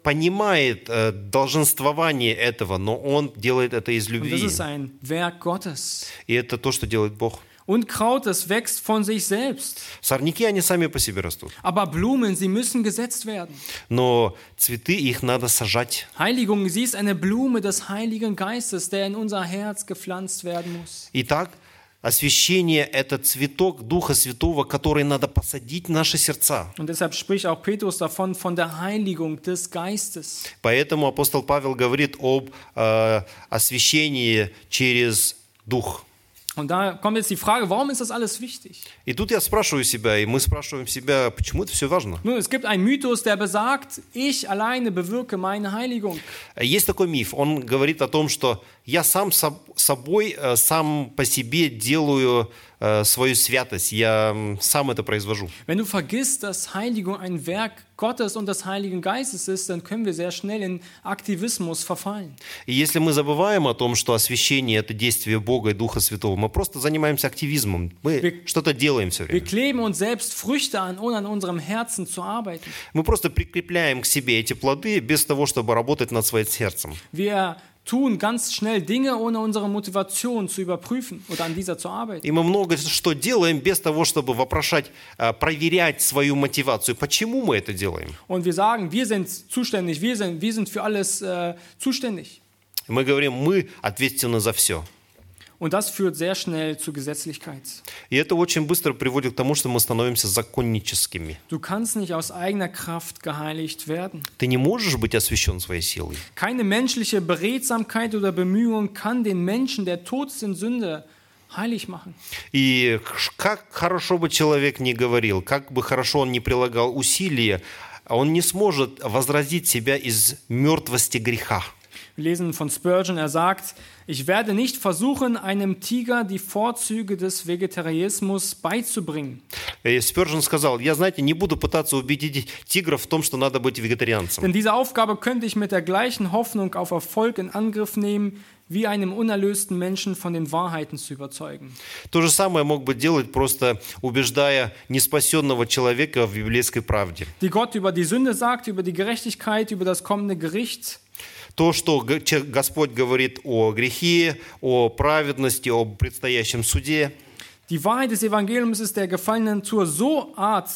Speaker 2: понимает э, долженствование этого, но он делает это из
Speaker 1: Und das
Speaker 2: любви.
Speaker 1: ist ein Werk Gottes.
Speaker 2: И это то, что делает Бог.
Speaker 1: Unkraut, das wächst von sich selbst.
Speaker 2: Сорняки, они сами по себе растут.
Speaker 1: Aber Blumen, sie müssen gesetzt werden.
Speaker 2: Но цветы, их надо сажать.
Speaker 1: Heiligung, sie ist eine Blume des Heiligen Geistes, der in unser Herz gepflanzt werden muss.
Speaker 2: Итак, освящение – это цветок Духа Святого, который надо посадить в наши сердца.
Speaker 1: Und deshalb spricht auch Petrus davon, von der Heiligung des Geistes.
Speaker 2: Поэтому апостол Павел говорит об э, освящении через Дух.
Speaker 1: Und da kommt jetzt die Frage, warum ist das alles wichtig?
Speaker 2: И тут я спрашиваю себя, и мы spрашиваем себя, почему это все важно?
Speaker 1: Nun, es gibt einen Mythos, der besagt, ich alleine bewirke meine Heiligung.
Speaker 2: Есть такой миф, он говорит о том, что я сам соб- собой, э, сам по себе делаю э, свою святость, я м, сам это произвожу.
Speaker 1: Wenn du vergisst, dass Heiligung ein Werk Gottes und des Heiligen Geistes ist, dann können wir sehr schnell in Aktivismus verfallen.
Speaker 2: И если мы забываем о том, что освящение – это действие Бога и Духа Святого, мы просто занимаемся активизмом, мы
Speaker 1: Вик-
Speaker 2: что-то делаем все
Speaker 1: Wir
Speaker 2: время.
Speaker 1: kleben uns selbst Früchte an, ohne an unserem Herzen zu arbeiten.
Speaker 2: Мы просто прикрепляем к себе эти плоды без того, чтобы работать над своим сердцем.
Speaker 1: Wir tun ganz schnell Dinge, ohne unsere Motivation zu überprüfen oder an dieser zu arbeiten.
Speaker 2: И мы много что делаем без того, чтобы вопрошать, а, проверять свою мотивацию. Почему мы это делаем?
Speaker 1: Und wir sagen, wir sind zuständig, wir sind, wir sind für alles äh, zuständig.
Speaker 2: Мы говорим, мы ответственны за все.
Speaker 1: Und das führt sehr schnell zu Gesetzlichkeit.
Speaker 2: И это очень быстро приводит к тому, что мы становимся законническими.
Speaker 1: Du kannst nicht aus eigener Kraft geheiligt werden.
Speaker 2: Ты не можешь быть освящен своей силой.
Speaker 1: Keine menschliche Beredsamkeit oder Bemühung kann den Menschen, der tot ist in Sünde, heilig machen.
Speaker 2: И ш- как хорошо бы человек ни говорил, как бы хорошо он ни прилагал усилия, он не сможет возразить себя из мертвости греха.
Speaker 1: Wir lesen von Spurgeon, er sagt, ich werde nicht versuchen, einem Tiger die Vorzüge des Vegetarismus beizubringen.
Speaker 2: И Спержин сказал, я, знаете, не буду пытаться убедить тигра в том, что надо быть вегетарианцем.
Speaker 1: Denn diese Aufgabe könnte ich mit der gleichen Hoffnung auf Erfolg in Angriff nehmen, wie einem unerlösten Menschen von den Wahrheiten zu überzeugen.
Speaker 2: То же самое мог бы делать, просто убеждая неспасенного человека в библейской правде.
Speaker 1: Die Gott über die Sünde sagt, über die Gerechtigkeit, über das kommende Gericht.
Speaker 2: То, что Г- Че- Господь говорит о грехе, о праведности, о предстоящем суде.
Speaker 1: Die Wahrheit des Evangeliums ist der Gefallenen zur so Art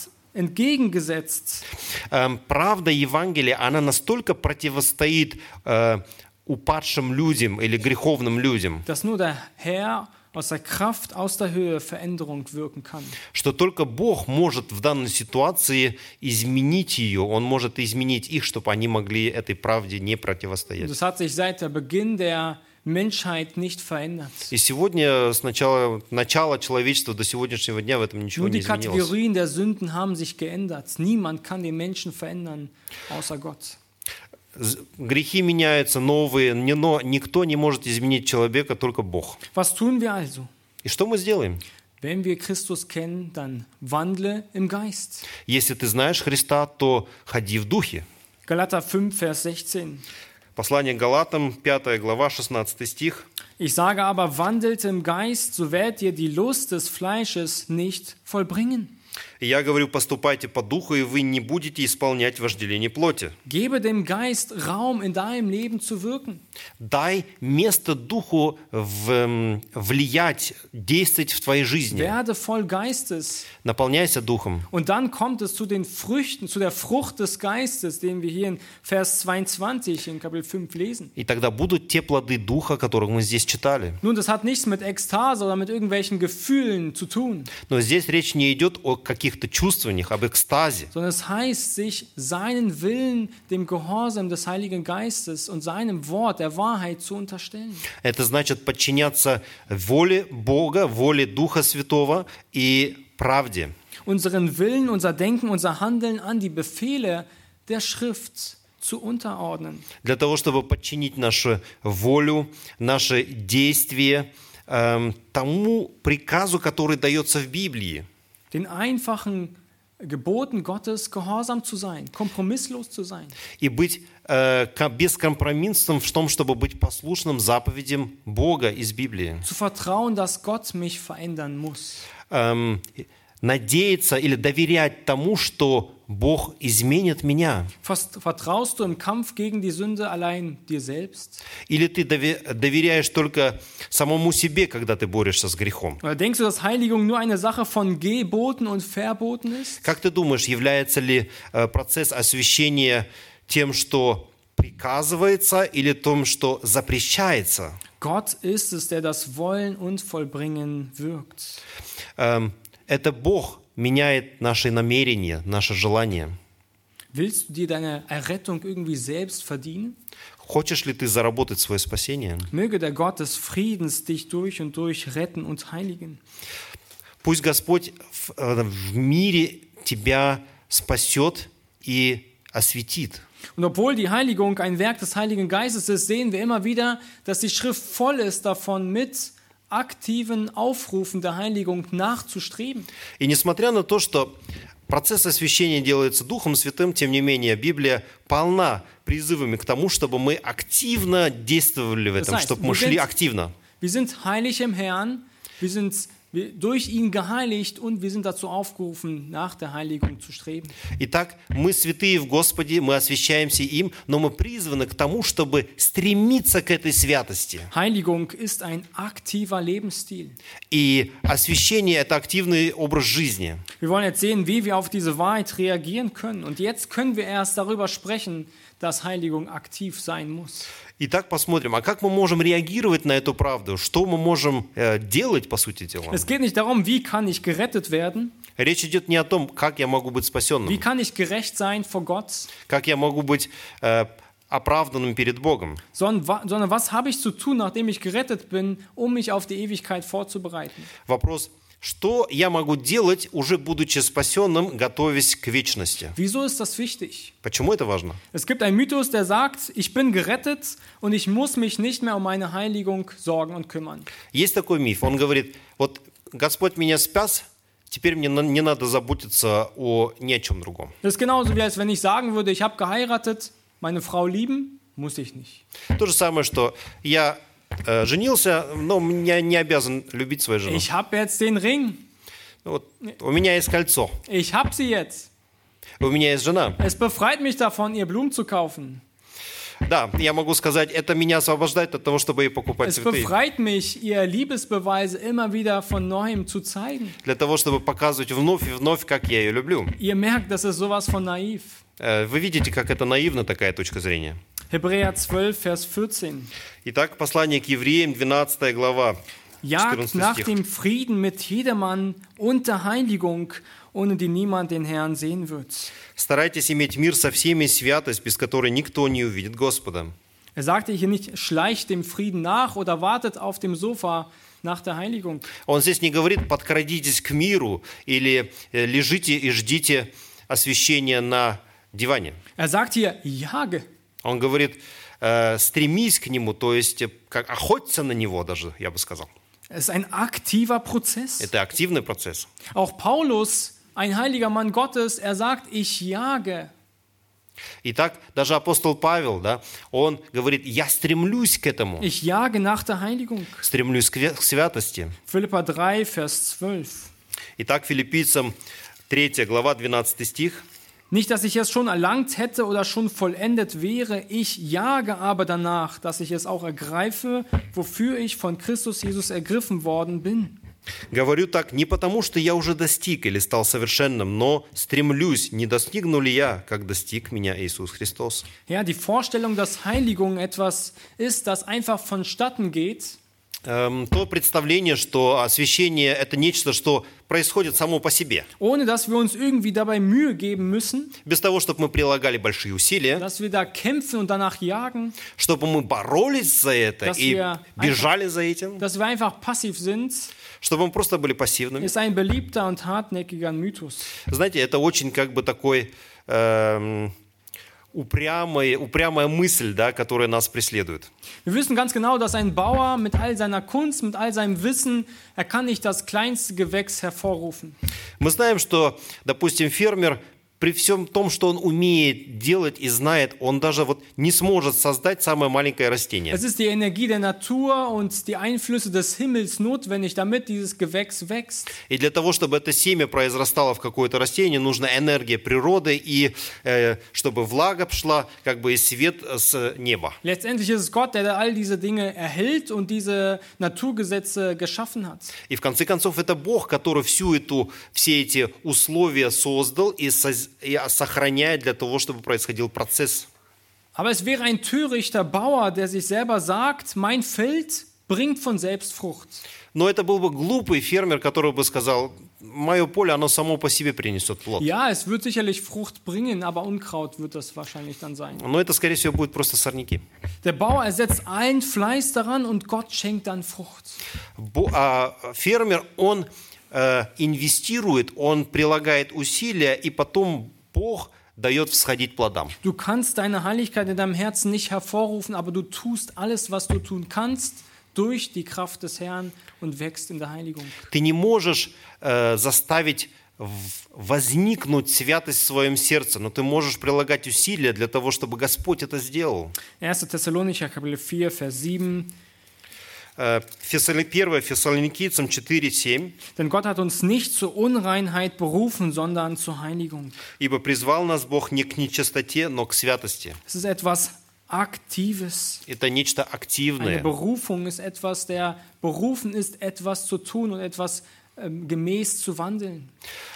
Speaker 1: entgegengesetzt,
Speaker 2: Эм, Правда Евангелия, она настолько противостоит э, упадшим людям или греховным людям,
Speaker 1: dass nur der Herr aus der Kraft aus der Höhe Veränderung wirken kann.
Speaker 2: что только Бог может в данной ситуации изменить ее. Он может изменить их, чтобы они могли этой правде не
Speaker 1: Und
Speaker 2: противостоять.
Speaker 1: es hat sich seit der Beginn der Menschheit nicht verändert.
Speaker 2: И сегодня с начала, начала человечества до сегодняшнего дня в этом ничего
Speaker 1: Nur
Speaker 2: не
Speaker 1: die
Speaker 2: изменилось.
Speaker 1: Kategorien der Sünden haben sich geändert. Niemand kann den Menschen verändern, außer Gott.
Speaker 2: З- Грехи меняются, новые, ни- но никто не может изменить человека, только Бог.
Speaker 1: Was tun wir also?
Speaker 2: И что мы сделаем?
Speaker 1: Wenn wir Christus kennen, dann wandle im Geist.
Speaker 2: Если ты знаешь Христа, то ходи в духе.
Speaker 1: Galater 5, Vers 16.
Speaker 2: Послание к Галатам, 5 глава, 16 stих.
Speaker 1: Ich sage aber, wandelt im Geist, so werdet ihr die Lust des Fleisches nicht vollbringen.
Speaker 2: «И «Я говорю, поступайте по духу, и вы не будете исполнять вожделение плоти».
Speaker 1: Gebe dem Geist Raum in deinem Leben zu wirken.
Speaker 2: Дай место духу в, эм, влиять, действовать в твоей жизни.
Speaker 1: Werde voll Geistes.
Speaker 2: Наполняйся духом.
Speaker 1: Und dann kommt es zu den Früchten, zu der Frucht des Geistes, den wir hier in Vers 22 in Kapitel 5 lesen.
Speaker 2: И тогда будут те плоды духа, которых мы здесь читали.
Speaker 1: Nun, das hat nichts mit Ekstase oder mit irgendwelchen Gefühlen zu tun,
Speaker 2: Но здесь речь не идет о каких-то чувствованиях, об экстазе.
Speaker 1: sondern es heißt, sich seinen Willen, dem Gehorsam des Heiligen Geistes und seinem Wort, der Wahrheit zu unterstellen.
Speaker 2: Это значит подчиняться воле Бога, воле Духа Святого и правде.
Speaker 1: Unseren Willen, unser Denken, unser Handeln an die Befehle der Schrift zu unterordnen.
Speaker 2: Для того, чтобы подчинить нашу волю, наши действия эм, тому приказу, который дается в Библии.
Speaker 1: den einfachen Geboten Gottes gehorsam zu sein, kompromisslos zu sein.
Speaker 2: и быть э, ко- бескомпромиссным в том, чтобы быть послушным заповедям Бога из Библии.
Speaker 1: Zu vertrauen, dass Gott mich verändern muss.
Speaker 2: Эм, надеяться или доверять тому, что Бог изменит меня.
Speaker 1: Fast vertraust du im Kampf gegen die Sünde allein dir selbst?
Speaker 2: Или ты дове- доверяешь только самому себе, когда ты борешься с грехом.
Speaker 1: Oder denkst du, dass Heiligung nur eine Sache von Geboten und Verboten ist?
Speaker 2: Как ты думаешь, является ли э, процесс освящения тем, что приказывается, или том, что запрещается?
Speaker 1: Gott ist es, der das Wollen und Vollbringen wirkt.
Speaker 2: Эм, это Бог меняет наши намерения, наши желания.
Speaker 1: Willst du dir deine Errettung irgendwie selbst verdienen?
Speaker 2: Хочешь ли ты заработать свое спасение?
Speaker 1: Möge der Gott des Friedens dich durch und durch retten und heiligen.
Speaker 2: Пусть Господь в, э, в мире тебя спасет и осветит.
Speaker 1: Und obwohl die Heiligung ein Werk des Heiligen Geistes ist, sehen wir immer wieder, dass die Schrift voll ist davon, mit aktiven Aufrufen der Heiligung nachzustreben.
Speaker 2: И несмотря на то, что процесс освящения делается Духом Святым, тем не менее Библия полна призывами к тому, чтобы мы активно действовали в этом,
Speaker 1: Знаешь,
Speaker 2: чтобы мы
Speaker 1: мы
Speaker 2: шли
Speaker 1: говорим-
Speaker 2: активно.
Speaker 1: Wir sind heilig im Herrn, wir sind wir- durch ihn geheiligt und wir sind dazu aufgerufen, nach der Heiligung zu streben.
Speaker 2: Итак, мы святые в Господе, мы освящаемся им, но мы призваны к тому, чтобы стремиться к этой святости.
Speaker 1: Heiligung ist ein aktiver Lebensstil.
Speaker 2: И освящение – это активный образ жизни.
Speaker 1: Wir wollen jetzt sehen, wie wir auf diese Wahrheit reagieren können. Und jetzt können wir erst darüber sprechen, dass Heiligung aktiv sein muss.
Speaker 2: Итак, посмотрим, а как мы можем реагировать на эту правду? Что мы можем э, делать, по сути дела?
Speaker 1: Es geht nicht darum, wie kann ich gerettet werden,
Speaker 2: Речь идет не о том, как я могу быть
Speaker 1: Wie
Speaker 2: спасенным,
Speaker 1: kann ich gerecht sein vor Gott,
Speaker 2: как я могу быть э, оправданным перед Богом,
Speaker 1: sondern, wa- sondern was habe ich zu tun, nachdem ich gerettet bin, um mich auf die Ewigkeit vorzubereiten?
Speaker 2: Вопрос, что я могу делать, уже будучи спасенным, готовясь к вечности?
Speaker 1: Wieso ist das wichtig?
Speaker 2: Почему это важно?
Speaker 1: Es gibt einen Mythos, der sagt, ich bin gerettet und ich muss mich nicht mehr um meine Heiligung sorgen und kümmern.
Speaker 2: Есть такой миф, он говорит, вот Господь меня спас, теперь мне на- не надо заботиться о ни о чем другом.
Speaker 1: Das ist genauso wie als wenn ich sagen würde, ich habe geheiratet, meine Frau lieben, muss ich nicht.
Speaker 2: То же самое, что я э, женился, но я не обязан любить свою жену.
Speaker 1: Ich habe jetzt den Ring,
Speaker 2: Ну Вот, у меня есть кольцо,
Speaker 1: ich habe sie jetzt.
Speaker 2: у меня есть жена.
Speaker 1: Es befreit mich davon, ihr Blumen zu kaufen.
Speaker 2: Да, я могу сказать, это меня освобождает от того, чтобы ей покупать
Speaker 1: Es
Speaker 2: цветы.
Speaker 1: befreit mich, ihr Liebesbeweise immer wieder von neuem zu zeigen.
Speaker 2: Для того, чтобы показывать вновь и вновь, как я ее люблю.
Speaker 1: Ihr merkt, das ist sowas von naiv.
Speaker 2: Э, Вы видите, как это наивно, такая точка зрения.
Speaker 1: Hebräer 12, Vers 14.
Speaker 2: Итак, послание к евреям, 12 глава.
Speaker 1: Jagt
Speaker 2: 14.
Speaker 1: nach
Speaker 2: стих.
Speaker 1: dem Frieden mit jedermann unter Heiligung, ohne die niemand den Herrn sehen wird.
Speaker 2: «Старайтесь иметь мир со всеми и святость, без которой никто не увидит Господа».
Speaker 1: Er sagte hier nicht, schleicht dem Frieden nach oder wartet auf dem Sofa nach der Heiligung.
Speaker 2: Он здесь не говорит «подкрадитесь к миру» или э, «лежите и ждите освящения на диване».
Speaker 1: Er sagt hier, jage.
Speaker 2: Он говорит э, «стремись к нему», то есть э, как охоться на него даже, я бы сказал.
Speaker 1: Es ist ein aktiver Prozess.
Speaker 2: Это активный процесс.
Speaker 1: Auch Paulus, ein heiliger Mann Gottes, er sagt, ich jage.
Speaker 2: Итак, даже апостол Павел, да, он говорит «я стремлюсь к этому».
Speaker 1: Ich jage nach der Heiligung.
Speaker 2: Стремлюсь к ве- к святости.
Speaker 1: Philippa 3, Vers 12.
Speaker 2: Итак, филиппийцам 3 глава, 12 стих.
Speaker 1: Nicht, dass ich es schon erlangt hätte oder schon vollendet wäre, ich jage aber danach, dass ich es auch ergreife, wofür ich von Christus Jesus ergriffen worden bin.
Speaker 2: «Говорю так не потому, что я уже достиг или стал совершенным, но стремлюсь, не достигну ли я, как достиг меня Иисус Христос».
Speaker 1: Ja, die Vorstellung, dass Heiligung etwas ist, das einfach vonstatten geht,
Speaker 2: Эм, то представление, что освящение – это нечто, что происходит само по себе,
Speaker 1: ohne dass wir uns irgendwie dabei Mühe geben müssen,
Speaker 2: без того, чтобы мы прилагали большие усилия,
Speaker 1: dass wir da kämpfen und danach jagen,
Speaker 2: чтобы мы боролись за это
Speaker 1: Dass
Speaker 2: и
Speaker 1: wir
Speaker 2: бежали за этим,
Speaker 1: dass wir einfach passiv sind,
Speaker 2: чтобы мы просто были пассивными.
Speaker 1: ist ein beliebter und hartnäckiger Mythos.
Speaker 2: Знаете, это очень как бы такой эм, упрямый, упрямая мысль, да, которая нас преследует.
Speaker 1: Wir wissen ganz genau, dass ein Bauer mit all seiner Kunst, mit all seinem Wissen, er kann nicht das kleinste Gewächs hervorrufen.
Speaker 2: Мы знаем, что, допустим, фермер при всем том, что он умеет делать и знает, он даже вот не сможет создать самое маленькое растение.
Speaker 1: Es ist die Energie der Natur und die Einflüsse des Himmels notwendig, damit dieses Gewächs wächst.
Speaker 2: И для того, чтобы это семя произрастало в какое-то растение, нужна энергия природы и э, чтобы влага шла как бы и свет э, с неба.
Speaker 1: Letztendlich ist es Gott, der all diese Dinge erhält und diese Naturgesetze geschaffen hat.
Speaker 2: И в конце концов это Бог, который всю эту, все эти условия создал и, соз- и сохраняет для того, чтобы происходил процесс.
Speaker 1: Aber es wäre ein törichter Bauer, der sich selber sagt, mein Feld bringt von selbst Frucht.
Speaker 2: Но это был бы глупый фермер, который бы сказал, мое поле, оно само по себе принесет плод.
Speaker 1: Ja, es wird sicherlich Frucht bringen, aber Unkraut wird das wahrscheinlich dann sein.
Speaker 2: Но это, скорее всего, будут просто сорняки.
Speaker 1: Der Bauer ersetzt allen Fleiß daran und Gott schenkt dann Frucht.
Speaker 2: Бо- а, фермер, он э, инвестирует, он прилагает усилия, и потом Бог дает всходить плодам.
Speaker 1: Du kannst deine Heiligkeit in deinem Herzen nicht hervorrufen, aber du tust alles, was du tun kannst, durch die Kraft des Herrn und wächst in der Heiligung.
Speaker 2: Ты не можешь э, заставить в- возникнуть святость в своем сердце, но ты можешь прилагать усилия для того, чтобы Господь это сделал.
Speaker 1: 1. Thessalonicher Kapitel 4, Vers 7.
Speaker 2: Э, Фессали- 1 Фессалоникийцам 4.7
Speaker 1: Denn Gott hat uns nicht zur Unreinheit berufen, sondern zur Heiligung.
Speaker 2: «Ибо призвал нас Бог не к нечистоте, но к святости».
Speaker 1: Es ist etwas Aktives.
Speaker 2: Это нечто
Speaker 1: Eine
Speaker 2: активное.
Speaker 1: Berufung ist etwas, der berufen ist, etwas zu tun und etwas ähm, gemäß zu wandeln.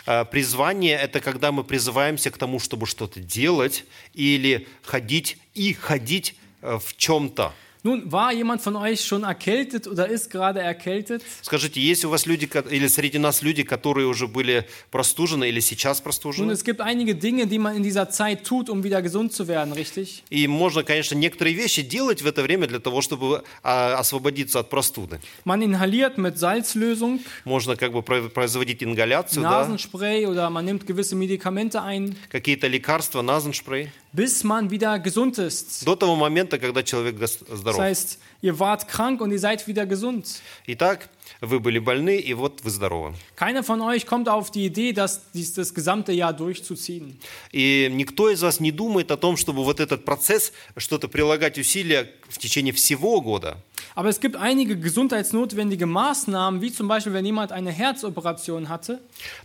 Speaker 2: Э, Призвание – это когда мы призываемся к тому, чтобы что-то делать или ходить и ходить э, в чем-то.
Speaker 1: Nun, war jemand von euch schon erkältet oder ist gerade erkältet?
Speaker 2: Скажите, есть у вас люди, ко- или среди нас люди, которые уже были простужены или сейчас
Speaker 1: Nun,
Speaker 2: простужены?
Speaker 1: es gibt einige Dinge, die man in dieser Zeit tut, um wieder gesund zu werden, richtig?
Speaker 2: И можно, конечно, некоторые вещи делать в это время для того, чтобы а, освободиться от простуды.
Speaker 1: Man inhaliert mit Salzlösung,
Speaker 2: Можно как бы про- производить ингаляцию, да,
Speaker 1: Nasenspray oder man nimmt gewisse Medikamente ein,
Speaker 2: какие-то лекарства, назеншпрей.
Speaker 1: bis man wieder gesund ist.
Speaker 2: До того момента, когда человек гос-
Speaker 1: Das
Speaker 2: здоров.
Speaker 1: heißt, ihr wart krank und ihr seid wieder gesund.
Speaker 2: Итак, вы были больны, и вот вы здоровы.
Speaker 1: Keiner von euch kommt auf die Idee, das, dies, das gesamte Jahr durchzuziehen.
Speaker 2: И никто из вас не думает о том, чтобы вот этот процесс, что-то прилагать усилия в течение всего года.
Speaker 1: Aber es gibt einige gesundheitsnotwendige Maßnahmen, wie zum Beispiel, wenn jemand eine Herzoperation hatte,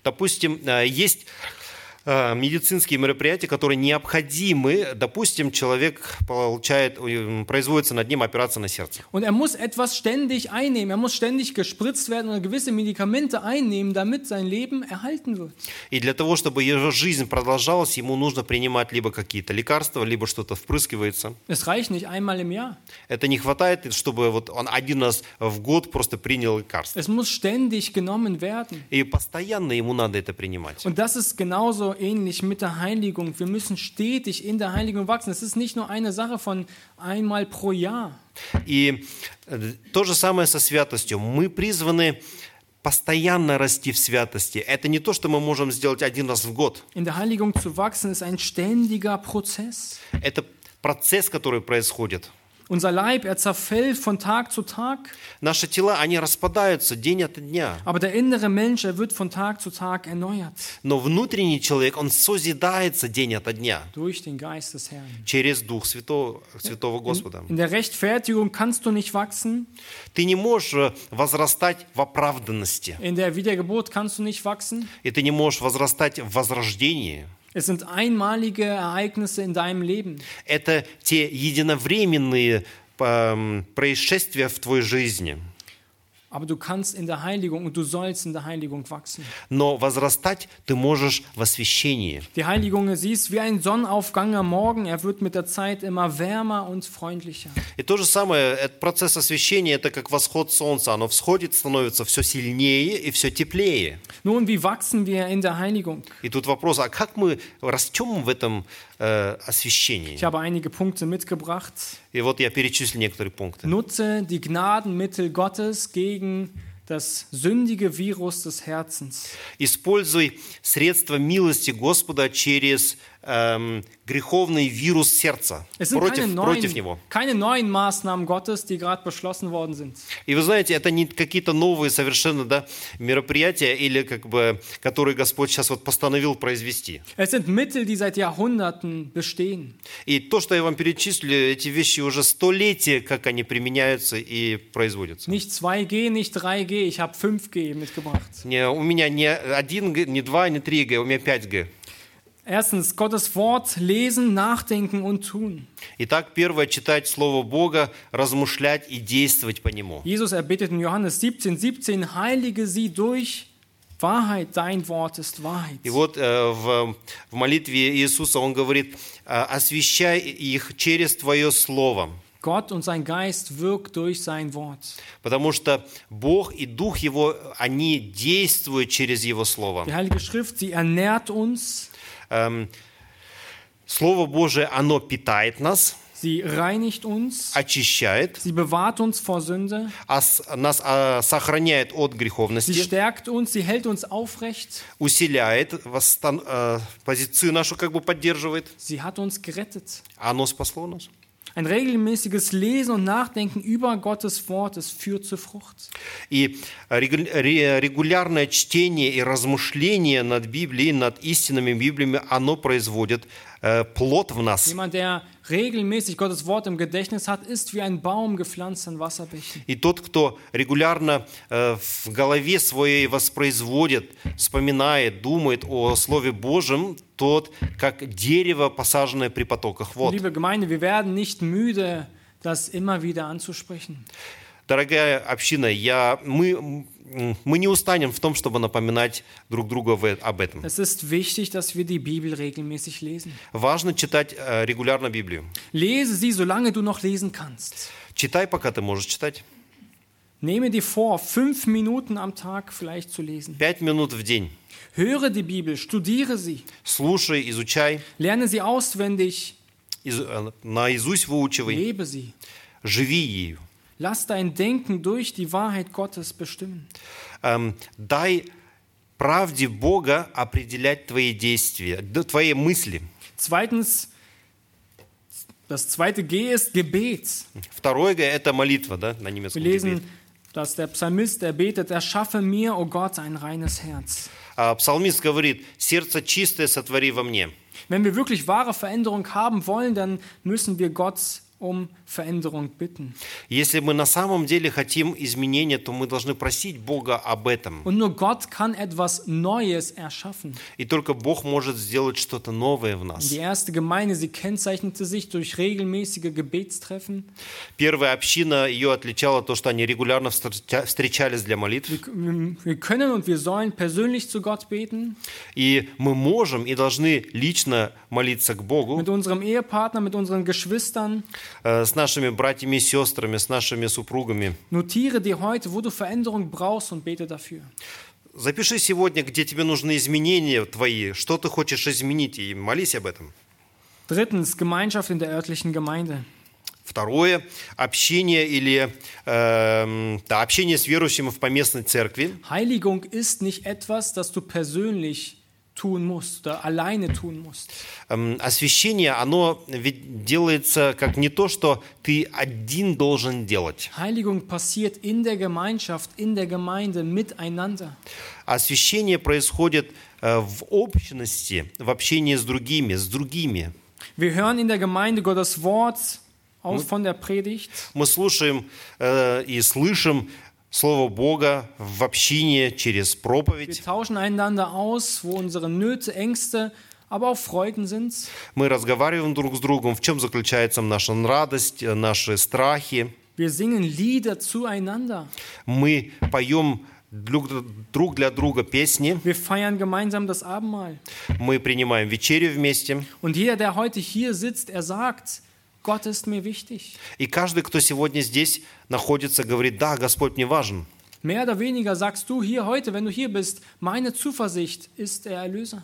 Speaker 2: Допустим, э, есть э, медицинские мероприятия, которые необходимы. Допустим, человек получает, э, производится над ним операция на сердце.
Speaker 1: Und er muss etwas ständig einnehmen. Er muss ständig gespritzt werden oder gewisse Medikamente einnehmen, damit sein Leben erhalten wird.
Speaker 2: И для того, чтобы его жизнь продолжалась, ему нужно принимать либо какие-то лекарства, либо что-то впрыскивается.
Speaker 1: Es reicht nicht einmal im Jahr.
Speaker 2: Это не хватает, и чтобы вот он один раз в год просто принял лекарство.
Speaker 1: Es muss ständig genommen werden.
Speaker 2: И постоянно ему надо это принимать.
Speaker 1: Und das ist genauso so ähnlich mit der Heiligung. Wir müssen stetig in der Heiligung wachsen. Es ist nicht nur eine Sache von einmal pro Jahr.
Speaker 2: И э, то же самое со святостью. Мы призваны постоянно расти в святости. Это не то, что мы можем сделать один раз в год.
Speaker 1: In der Heiligung zu wachsen ist ein ständiger Prozess.
Speaker 2: Это процесс, который происходит.
Speaker 1: Unser Leib, er zerfällt von Tag zu Tag,
Speaker 2: Наши тела, они распадаются день от дня.
Speaker 1: aber der innere Mensch, er wird von Tag zu Tag erneuert
Speaker 2: Но внутренний человек, он созидается день ото дня
Speaker 1: durch den Geist des Herrn.
Speaker 2: через Дух Святого, Святого Господа.
Speaker 1: In der Rechtfertigung kannst du nicht wachsen,
Speaker 2: Ты не можешь э, возрастать в оправданности.
Speaker 1: in der Wiedergeburt kannst du nicht wachsen.
Speaker 2: И ты не можешь возрастать в возрождении.
Speaker 1: Es sind einmalige Ereignisse in deinem Leben.
Speaker 2: Это те единовременные эм, происшествия в твоей жизни.
Speaker 1: Aber du kannst in der Heiligung und du sollst in der Heiligung wachsen.
Speaker 2: Но возрастать ты можешь в освящении.
Speaker 1: Die Heiligung siehst wie ein Sonnenaufgang am Morgen. Er wird mit der Zeit immer wärmer und freundlicher.
Speaker 2: И то же самое, этот процесс освещения, это как восход солнца. Оно всходит, становится все сильнее и все теплее.
Speaker 1: Nun, wie wachsen wir in der Heiligung?
Speaker 2: И тут вопрос, а как мы растем в этом э, освещении?
Speaker 1: Ich habe einige Punkte mitgebracht.
Speaker 2: И вот я перечислю некоторые пункты.
Speaker 1: Nutze die Gnadenmittel Gottes gegen das sündige Virus des Herzens.
Speaker 2: Используй средства милости Господа через эм, греховный вирус сердца.
Speaker 1: Es sind keine,
Speaker 2: Против, против него.
Speaker 1: neuen, keine neuen Maßnahmen Gottes, die gerade beschlossen worden sind.
Speaker 2: И вы знаете, это не какие-то новые совершенно да, мероприятия, или как бы, которые Господь сейчас вот постановил произвести.
Speaker 1: Es sind Mittel, die seit Jahrhunderten bestehen.
Speaker 2: И то, что я вам перечислю, эти вещи уже столетия, как они применяются и производятся.
Speaker 1: Nicht 2G, nicht 3G, ich habe 5G mitgebracht.
Speaker 2: Не, у меня не один, г- не два, не три Г, у меня 5 Г.
Speaker 1: Erstens, Gottes Wort lesen, nachdenken und tun.
Speaker 2: Итак, первое, читать Слово Бога, размышлять и действовать по нему.
Speaker 1: Jesus erbetet in Johannes 17, 17, heilige sie durch Wahrheit, dein Wort ist Wahrheit.
Speaker 2: И вот э, в, в молитве Иисуса он говорит, э, освящай их через Твое Слово,
Speaker 1: Gott und sein Geist wirkt durch sein Wort.
Speaker 2: потому что Бог и Дух Его, они действуют через Его Слово.
Speaker 1: Die Heilige Schrift, sie ernährt uns,
Speaker 2: Эм, Слово Божие, оно питает нас,
Speaker 1: sie reinigt uns,
Speaker 2: очищает,
Speaker 1: sie bewahrt uns vor Sünde,
Speaker 2: ос- нас а, сохраняет от
Speaker 1: sie
Speaker 2: греховности,
Speaker 1: stärkt uns, sie hält uns aufrecht,
Speaker 2: усиляет, восстан- э, позицию нашу как бы поддерживает.
Speaker 1: sie hat uns gerettet.
Speaker 2: Оно спасло нас.
Speaker 1: Ein regelmäßiges Lesen und Nachdenken über Gottes Wort, es führt zur Frucht.
Speaker 2: И регу- ре- регулярное чтение и размышление над Библией, над истинными Библиями, оно производит э, плод в нас.
Speaker 1: Jemand, der regelmäßig Gottes Wort im Gedächtnis hat, ist wie ein Baum gepflanzt an Wasserbächen.
Speaker 2: И тот, кто регулярно э, в голове своей воспроизводит, вспоминает, думает о Слове Божьем, тот, как дерево, посаженное при потоках вод.
Speaker 1: Liebe Gemeinde, wir werden nicht müde, das immer wieder anzusprechen.
Speaker 2: Дорогая община, я, мы, м, мы не устанем в том, чтобы напоминать друг друга в э- об этом.
Speaker 1: Es ist wichtig, dass wir die Bibel regelmäßig lesen.
Speaker 2: Важно читать э, регулярно Библию.
Speaker 1: Lese sie, solange du noch lesen kannst.
Speaker 2: Читай, пока ты можешь читать.
Speaker 1: Nehme dir vor, fünf Minuten am Tag vielleicht zu lesen.
Speaker 2: Пять минут в день.
Speaker 1: Höre die Bibel, studiere sie,
Speaker 2: Слушай, изучай,
Speaker 1: lerne sie auswendig,
Speaker 2: из- э, наизусть выучивай,
Speaker 1: lebe sie.
Speaker 2: живи ею.
Speaker 1: Lass dein Denken durch die Wahrheit Gottes bestimmen.
Speaker 2: Эм, дай правде Бога определять твои действия, д- твои мысли.
Speaker 1: Zweitens, das zweite G ist Gebet.
Speaker 2: Mhm, Второе – это молитва, да, на немецком
Speaker 1: Wir
Speaker 2: языке.
Speaker 1: lesen, dass der Psalmist, er betet, erschaffe mir, o Gott, ein reines Herz.
Speaker 2: А, Псалмист говорит, сердце чистое сотвори во мне.
Speaker 1: Wenn wir wirklich wahre Veränderung haben wollen, dann müssen wir Gott um Veränderung bitten.
Speaker 2: Если мы на самом деле хотим изменения, то мы должны просить Бога об этом.
Speaker 1: Und nur Gott kann etwas Neues erschaffen.
Speaker 2: И только Бог может сделать что-то новое в нас.
Speaker 1: Die erste Gemeinde, sie kennzeichnete sich durch regelmäßige Gebetstreffen.
Speaker 2: Первая община, ее отличало то, что они регулярно встреча- встречались для молитв.
Speaker 1: Wir können und wir sollen persönlich zu Gott beten,
Speaker 2: И мы можем и должны лично молиться к Богу
Speaker 1: mit unserem Ehepartner, mit unseren Geschwistern.
Speaker 2: э, с нашими братьями и сестрами, с нашими супругами.
Speaker 1: Notiere dir heute, wo du Veränderung brauchst und bete dafür.
Speaker 2: Запиши сегодня, где тебе нужны изменения твои, что ты хочешь изменить, и молись об этом.
Speaker 1: Drittens, Gemeinschaft in der örtlichen Gemeinde.
Speaker 2: Второе – общение или эм, да, общение с верующим в поместной церкви.
Speaker 1: Heiligung ist nicht etwas, das du persönlich tun musst oder alleine tun musst.
Speaker 2: Эм, освящение, оно ведь делается как не то, что ты один должен делать.
Speaker 1: Heiligung passiert in der Gemeinschaft, in der Gemeinde miteinander.
Speaker 2: Освящение происходит э, в общности, в общении с другими, с другими.
Speaker 1: Wir hören in der Gemeinde Gottes Wort aus von der Predigt.
Speaker 2: Мы слушаем э, и слышим Слово Бога в общине через
Speaker 1: Wir
Speaker 2: проповедь.
Speaker 1: tauschen einander aus, wo unsere Nöte, Ängste, aber auch Freuden sind.
Speaker 2: Мы разговариваем друг с другом, в чем заключается наша радость, э, наши страхи.
Speaker 1: Wir singen Lieder zueinander.
Speaker 2: Мы поем друг, друг для друга песни,
Speaker 1: Wir feiern gemeinsam das Abendmahl.
Speaker 2: мы принимаем вечерю вместе.
Speaker 1: Und jeder, der heute hier sitzt, er sagt, Gott ist mir wichtig.
Speaker 2: И каждый, кто сегодня здесь находится, говорит, да, Господь мне важен.
Speaker 1: Mehr oder weniger sagst du hier heute, wenn du hier bist, meine Zuversicht ist der Erlöser.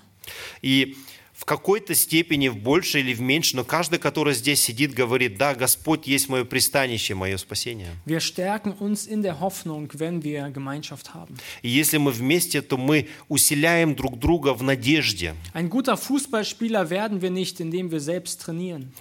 Speaker 2: И в какой-то степени, в большей или в меньшей, но каждый, который здесь сидит, говорит, да, Господь есть мое пристанище, мое спасение.
Speaker 1: Wir stärken uns in der Hoffnung, wenn wir Gemeinschaft haben.
Speaker 2: И если мы вместе, то мы усиляем друг друга в надежде.
Speaker 1: Ein guter Fußballspieler werden wir nicht, indem wir selbst trainieren.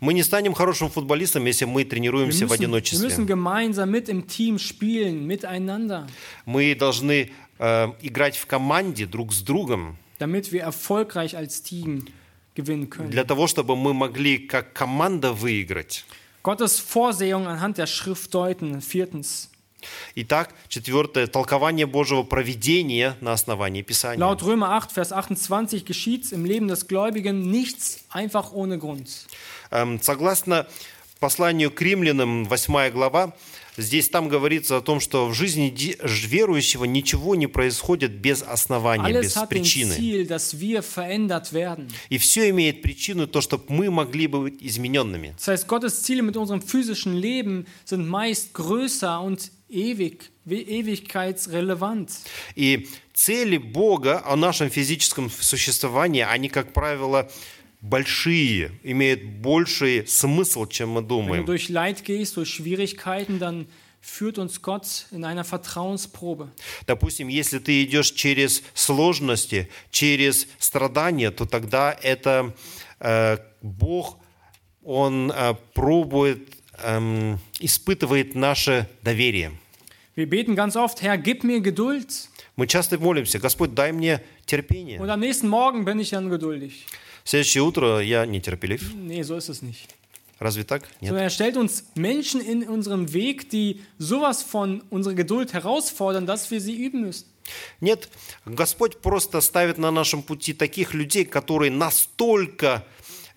Speaker 2: Мы не станем хорошим футболистом, если мы
Speaker 1: Wir
Speaker 2: тренируемся в
Speaker 1: müssen, wir müssen
Speaker 2: одиночестве.
Speaker 1: gemeinsam mit im Team spielen, miteinander,
Speaker 2: Мы должны э, играть в команде друг с другом
Speaker 1: damit wir erfolgreich als Team gewinnen können.
Speaker 2: для того, чтобы мы могли как команда выиграть.
Speaker 1: Gottes Vorsehung anhand der Schrift deuten. Viertens.
Speaker 2: Итак, четвертое толкование Божьего проведения на основании Писания.
Speaker 1: Laut Römer 8, Vers 28 geschieht im Leben des Gläubigen nichts einfach ohne Grund.
Speaker 2: Эм, согласно посланию к римлянам, 8 глава, здесь там говорится о том, что в жизни ди- ж- верующего ничего не происходит без основания, без
Speaker 1: Alles hat den
Speaker 2: причины.
Speaker 1: Ziel, dass wir verändert werden.
Speaker 2: И все имеет причину то, чтобы мы могли бы быть измененными.
Speaker 1: Das heißt, Gottes Ziele mit unserem physischen Leben sind meist größer und ewig, we- ewigkeitsrelevant.
Speaker 2: И цели Бога о нашем физическом существовании, они, как правило, большие, имеют больший смысл, чем мы
Speaker 1: Wenn du
Speaker 2: думаем.
Speaker 1: durch Leid gehst, durch Schwierigkeiten, dann führt uns Gott in einer Vertrauensprobe.
Speaker 2: Допустим, если ты идешь через сложности, через страдания, то тогда это э, Бог, Он э, пробует, эм, испытывает наше доверие.
Speaker 1: Wir beten ganz oft, Herr, gib mir Geduld.
Speaker 2: Мы часто молимся, Господь, дай мне терпение.
Speaker 1: Und am nächsten Morgen bin ich dann geduldig.
Speaker 2: Следующее утро я нетерпелив.
Speaker 1: Nee, so ist es nicht.
Speaker 2: Разве так? Нет.
Speaker 1: Sondern er stellt uns Menschen in unserem Weg, die sowas von unserer Geduld herausfordern, dass wir sie üben müssen.
Speaker 2: Нет. Господь просто ставит на нашем пути таких людей, которые настолько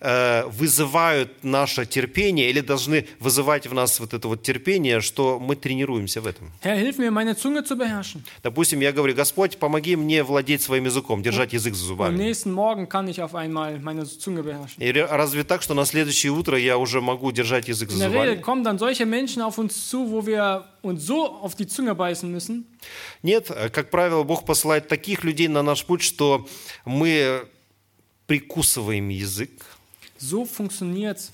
Speaker 2: э, вызывают наше терпение или должны вызывать в нас вот это вот терпение, что мы тренируемся в этом.
Speaker 1: Herr, hilf mir, meine Zunge zu beherrschen.
Speaker 2: Допустим, я говорю, Господь, помоги мне владеть своим языком, держать язык за
Speaker 1: Am
Speaker 2: зубами.
Speaker 1: nächsten Morgen kann ich auf einmal meine Zunge beherrschen.
Speaker 2: И ре- разве так, что на следующее утро я уже могу держать язык
Speaker 1: In
Speaker 2: за
Speaker 1: der Regel
Speaker 2: зубами?
Speaker 1: kommen dann solche Menschen auf uns zu, wo wir uns so auf die Zunge beißen müssen,
Speaker 2: Нет, э, как правило, Бог посылает таких людей на наш путь, что мы прикусываем язык,
Speaker 1: So funktioniert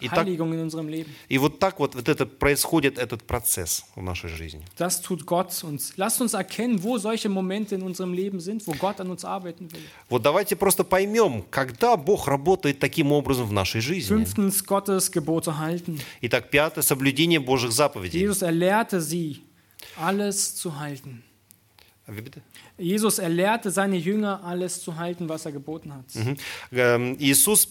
Speaker 2: И так-
Speaker 1: Heiligung in unserem Leben.
Speaker 2: И вот так вот, вот это происходит этот процесс в нашей жизни.
Speaker 1: Das tut Gott und lasst uns erkennen, wo solche Momente in unserem Leben sind, wo Gott an uns arbeiten will.
Speaker 2: Вот давайте просто поймем, когда Бог работает таким образом в нашей жизни.
Speaker 1: Fünftens, Gottes Gebote halten.
Speaker 2: Итак, пятое, соблюдение Божьих заповедей.
Speaker 1: Jesus erlehrte sie, alles zu halten.
Speaker 2: А
Speaker 1: Jesus erlehrte seine Jünger, alles zu halten, was er geboten hat.
Speaker 2: Мгм. Эм, Иисус,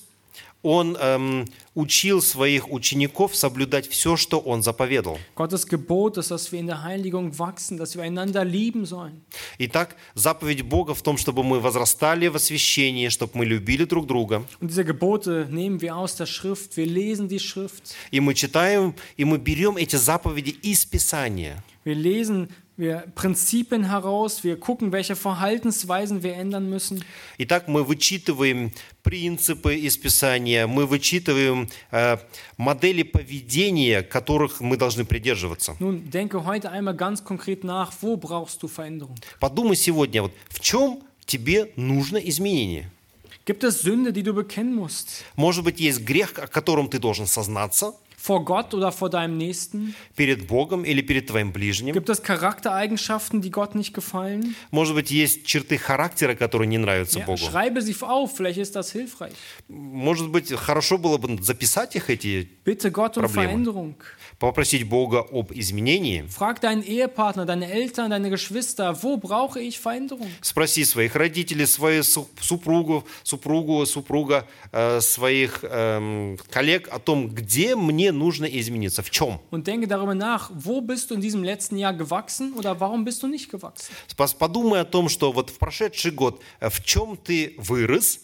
Speaker 2: Он эм, учил своих учеников соблюдать все, что Он заповедал.
Speaker 1: Gottes Gebot ist, dass wir in der Heiligung wachsen, dass wir einander lieben sollen.
Speaker 2: Итак, заповедь Бога в том, чтобы мы возрастали в освящении, чтобы мы любили друг друга.
Speaker 1: Und diese Gebote nehmen wir aus der Schrift. Wir lesen die Schrift.
Speaker 2: И мы читаем, и мы берем эти заповеди из Писания.
Speaker 1: Wir lesen wir Prinzipien heraus, wir gucken, welche Verhaltensweisen wir ändern müssen.
Speaker 2: Итак, мы вычитываем принципы из Писания, мы вычитываем э, модели поведения, которых мы должны придерживаться.
Speaker 1: Nun denke heute einmal ganz konkret nach, wo brauchst du Veränderung?
Speaker 2: Подумай сегодня, вот в чем тебе нужно изменение?
Speaker 1: Gibt es Sünde, die du bekennen musst?
Speaker 2: Может быть, есть грех, о котором ты должен сознаться
Speaker 1: Vor Gott oder vor deinem Nächsten?
Speaker 2: перед Богом или перед твоим ближним?
Speaker 1: Gibt es Charaktereigenschaften, die Gott nicht gefallen?
Speaker 2: Может быть, есть черты характера, которые не нравятся
Speaker 1: Ja,
Speaker 2: Богу?
Speaker 1: schreibe sie auf, vielleicht ist das hilfreich.
Speaker 2: Может быть, хорошо было бы записать их эти,
Speaker 1: Bitte Gott um
Speaker 2: Probleme.
Speaker 1: Veränderung.
Speaker 2: попросить Бога об изменении,
Speaker 1: Frag deinen Ehepartner, deine Eltern, deine Geschwister, wo brauche ich Veränderung?
Speaker 2: спроси своих родителей, свою су- супругу, супругу, супруга, э, своих эм, коллег о том, где мне нужно измениться, в чем.
Speaker 1: Und denke darüber nach, wo bist du in diesem letzten Jahr gewachsen oder warum bist du nicht gewachsen?
Speaker 2: Пос- Подумай о том, что вот в прошедший год э, в чем ты вырос,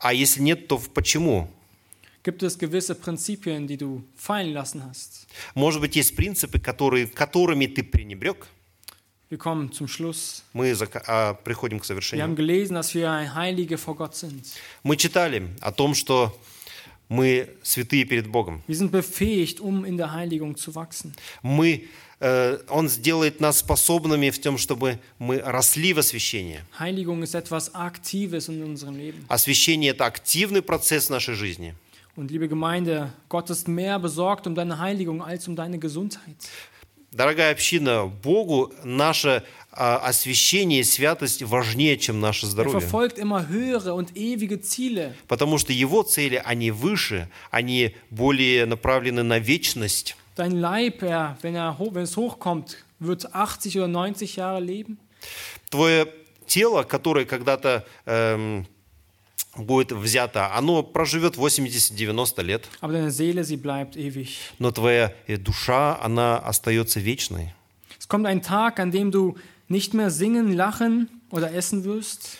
Speaker 2: а если нет, то в почему.
Speaker 1: Gibt es gewisse Prinzipien, die du fallen lassen hast?
Speaker 2: Может быть, есть принципы, которые, которыми ты пренебрег.
Speaker 1: Wir kommen zum Schluss.
Speaker 2: Мы зака- а, приходим к
Speaker 1: Wir
Speaker 2: совершению.
Speaker 1: haben gelesen, dass wir ein Heilige vor Gott sind.
Speaker 2: Мы читали о том, что мы святые перед Богом.
Speaker 1: Wir sind befähigt, um in der Heiligung zu wachsen.
Speaker 2: Мы, э, Он сделает нас способными в том, чтобы мы росли в освящении.
Speaker 1: Heiligung ist etwas Aktives in unserem Leben.
Speaker 2: Освящение – это активный процесс в нашей жизни.
Speaker 1: Und liebe Gemeinde, Gott ist mehr besorgt um deine Heiligung als um deine Gesundheit.
Speaker 2: Дорогая община, Богу наше а, освящение и святость важнее, чем наше
Speaker 1: Er
Speaker 2: здоровье.
Speaker 1: verfolgt immer höhere und ewige Ziele.
Speaker 2: Потому что Его цели, они выше, они более направлены на вечность.
Speaker 1: Dein Leib, er, wenn, er, ho- wenn es hochkommt, wird 80 oder 90 Jahre leben.
Speaker 2: Твое тело, которое когда-то эм, будет взято, оно проживет 80-90 лет,
Speaker 1: Aber deine Seele, sie bleibt ewig.
Speaker 2: но твоя э, душа, она остается вечной.
Speaker 1: Es kommt ein Tag, an dem du nicht mehr singen, lachen oder essen wirst.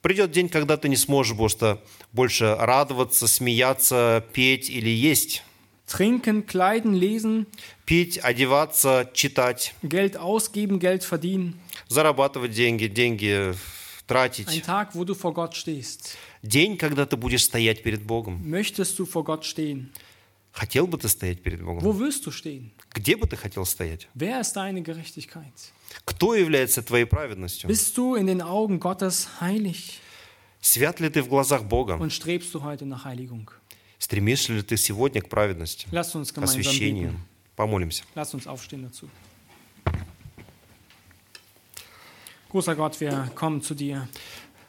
Speaker 2: Придет день, когда ты не сможешь просто больше радоваться, смеяться, петь или есть.
Speaker 1: Trinken, kleiden, lesen,
Speaker 2: Пить, одеваться, читать,
Speaker 1: Geld ausgeben, Geld verdienen.
Speaker 2: зарабатывать деньги, деньги
Speaker 1: Ein
Speaker 2: тратить.
Speaker 1: Tag, wo du vor Gott stehst.
Speaker 2: День, когда ты будешь стоять перед Богом.
Speaker 1: Möchtest du vor Gott stehen?
Speaker 2: Хотел бы ты стоять перед Богом?
Speaker 1: Wo wirst du stehen?
Speaker 2: Где бы ты хотел стоять?
Speaker 1: Wer ist deine Gerechtigkeit?
Speaker 2: Кто является твоей праведностью?
Speaker 1: Bist du in den Augen Gottes heilig
Speaker 2: Свят ли ты в глазах Бога?
Speaker 1: und strebst du heute nach Heiligung?
Speaker 2: Стремишься ли ты сегодня к праведности,
Speaker 1: Lass uns
Speaker 2: к
Speaker 1: gemeinsam
Speaker 2: освящению?
Speaker 1: beten.
Speaker 2: Помолимся.
Speaker 1: Lass uns aufstehen dazu. Großer Gott, wir kommen zu dir.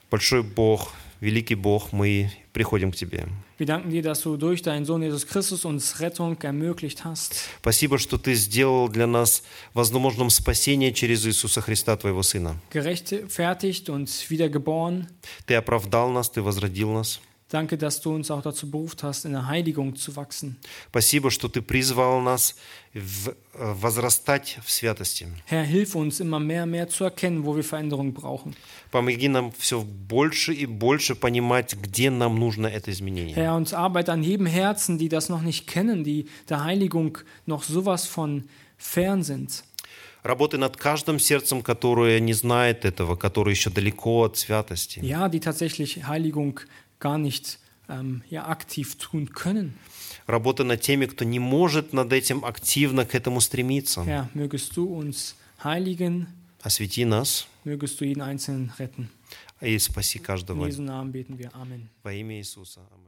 Speaker 2: Большой Бог, великий Бог, мы приходим к Тебе.
Speaker 1: Wir danken dir, dass du durch deinen Sohn Jesus Christus uns Rettung ermöglicht hast.
Speaker 2: Спасибо, что Ты сделал для нас возможным спасение через Иисуса Христа, Твоего Сына.
Speaker 1: Gerechtfertigt und wiedergeboren.
Speaker 2: Ты оправдал нас, Ты возродил нас.
Speaker 1: Danke, dass du uns auch dazu beruft hast, in der Heiligung zu wachsen.
Speaker 2: Спасибо, что Ты призвал нас в- э, возрастать в святости.
Speaker 1: Herr, hilf uns immer mehr und mehr zu erkennen, wo wir Veränderung brauchen.
Speaker 2: Помоги нам все больше и больше понимать, где нам нужно это изменение.
Speaker 1: Herr, uns arbeite an jedem Herzen, die das noch nicht kennen, die der Heiligung noch sowas von fern sind.
Speaker 2: Работы над каждым сердцем, которое не знает этого, которое еще далеко от святости.
Speaker 1: Ja, die tatsächlich Heiligung gar nicht ähm, ja, aktiv tun können.
Speaker 2: Работа над теми, кто не может над этим активно к этому стремиться.
Speaker 1: Herr, mögest du uns heiligen,
Speaker 2: Освети нас
Speaker 1: mögest du jeden Einzelnen retten.
Speaker 2: и спаси
Speaker 1: In
Speaker 2: каждого.
Speaker 1: Jesu Namen beten wir. Amen.
Speaker 2: Во имя Иисуса. Аминь.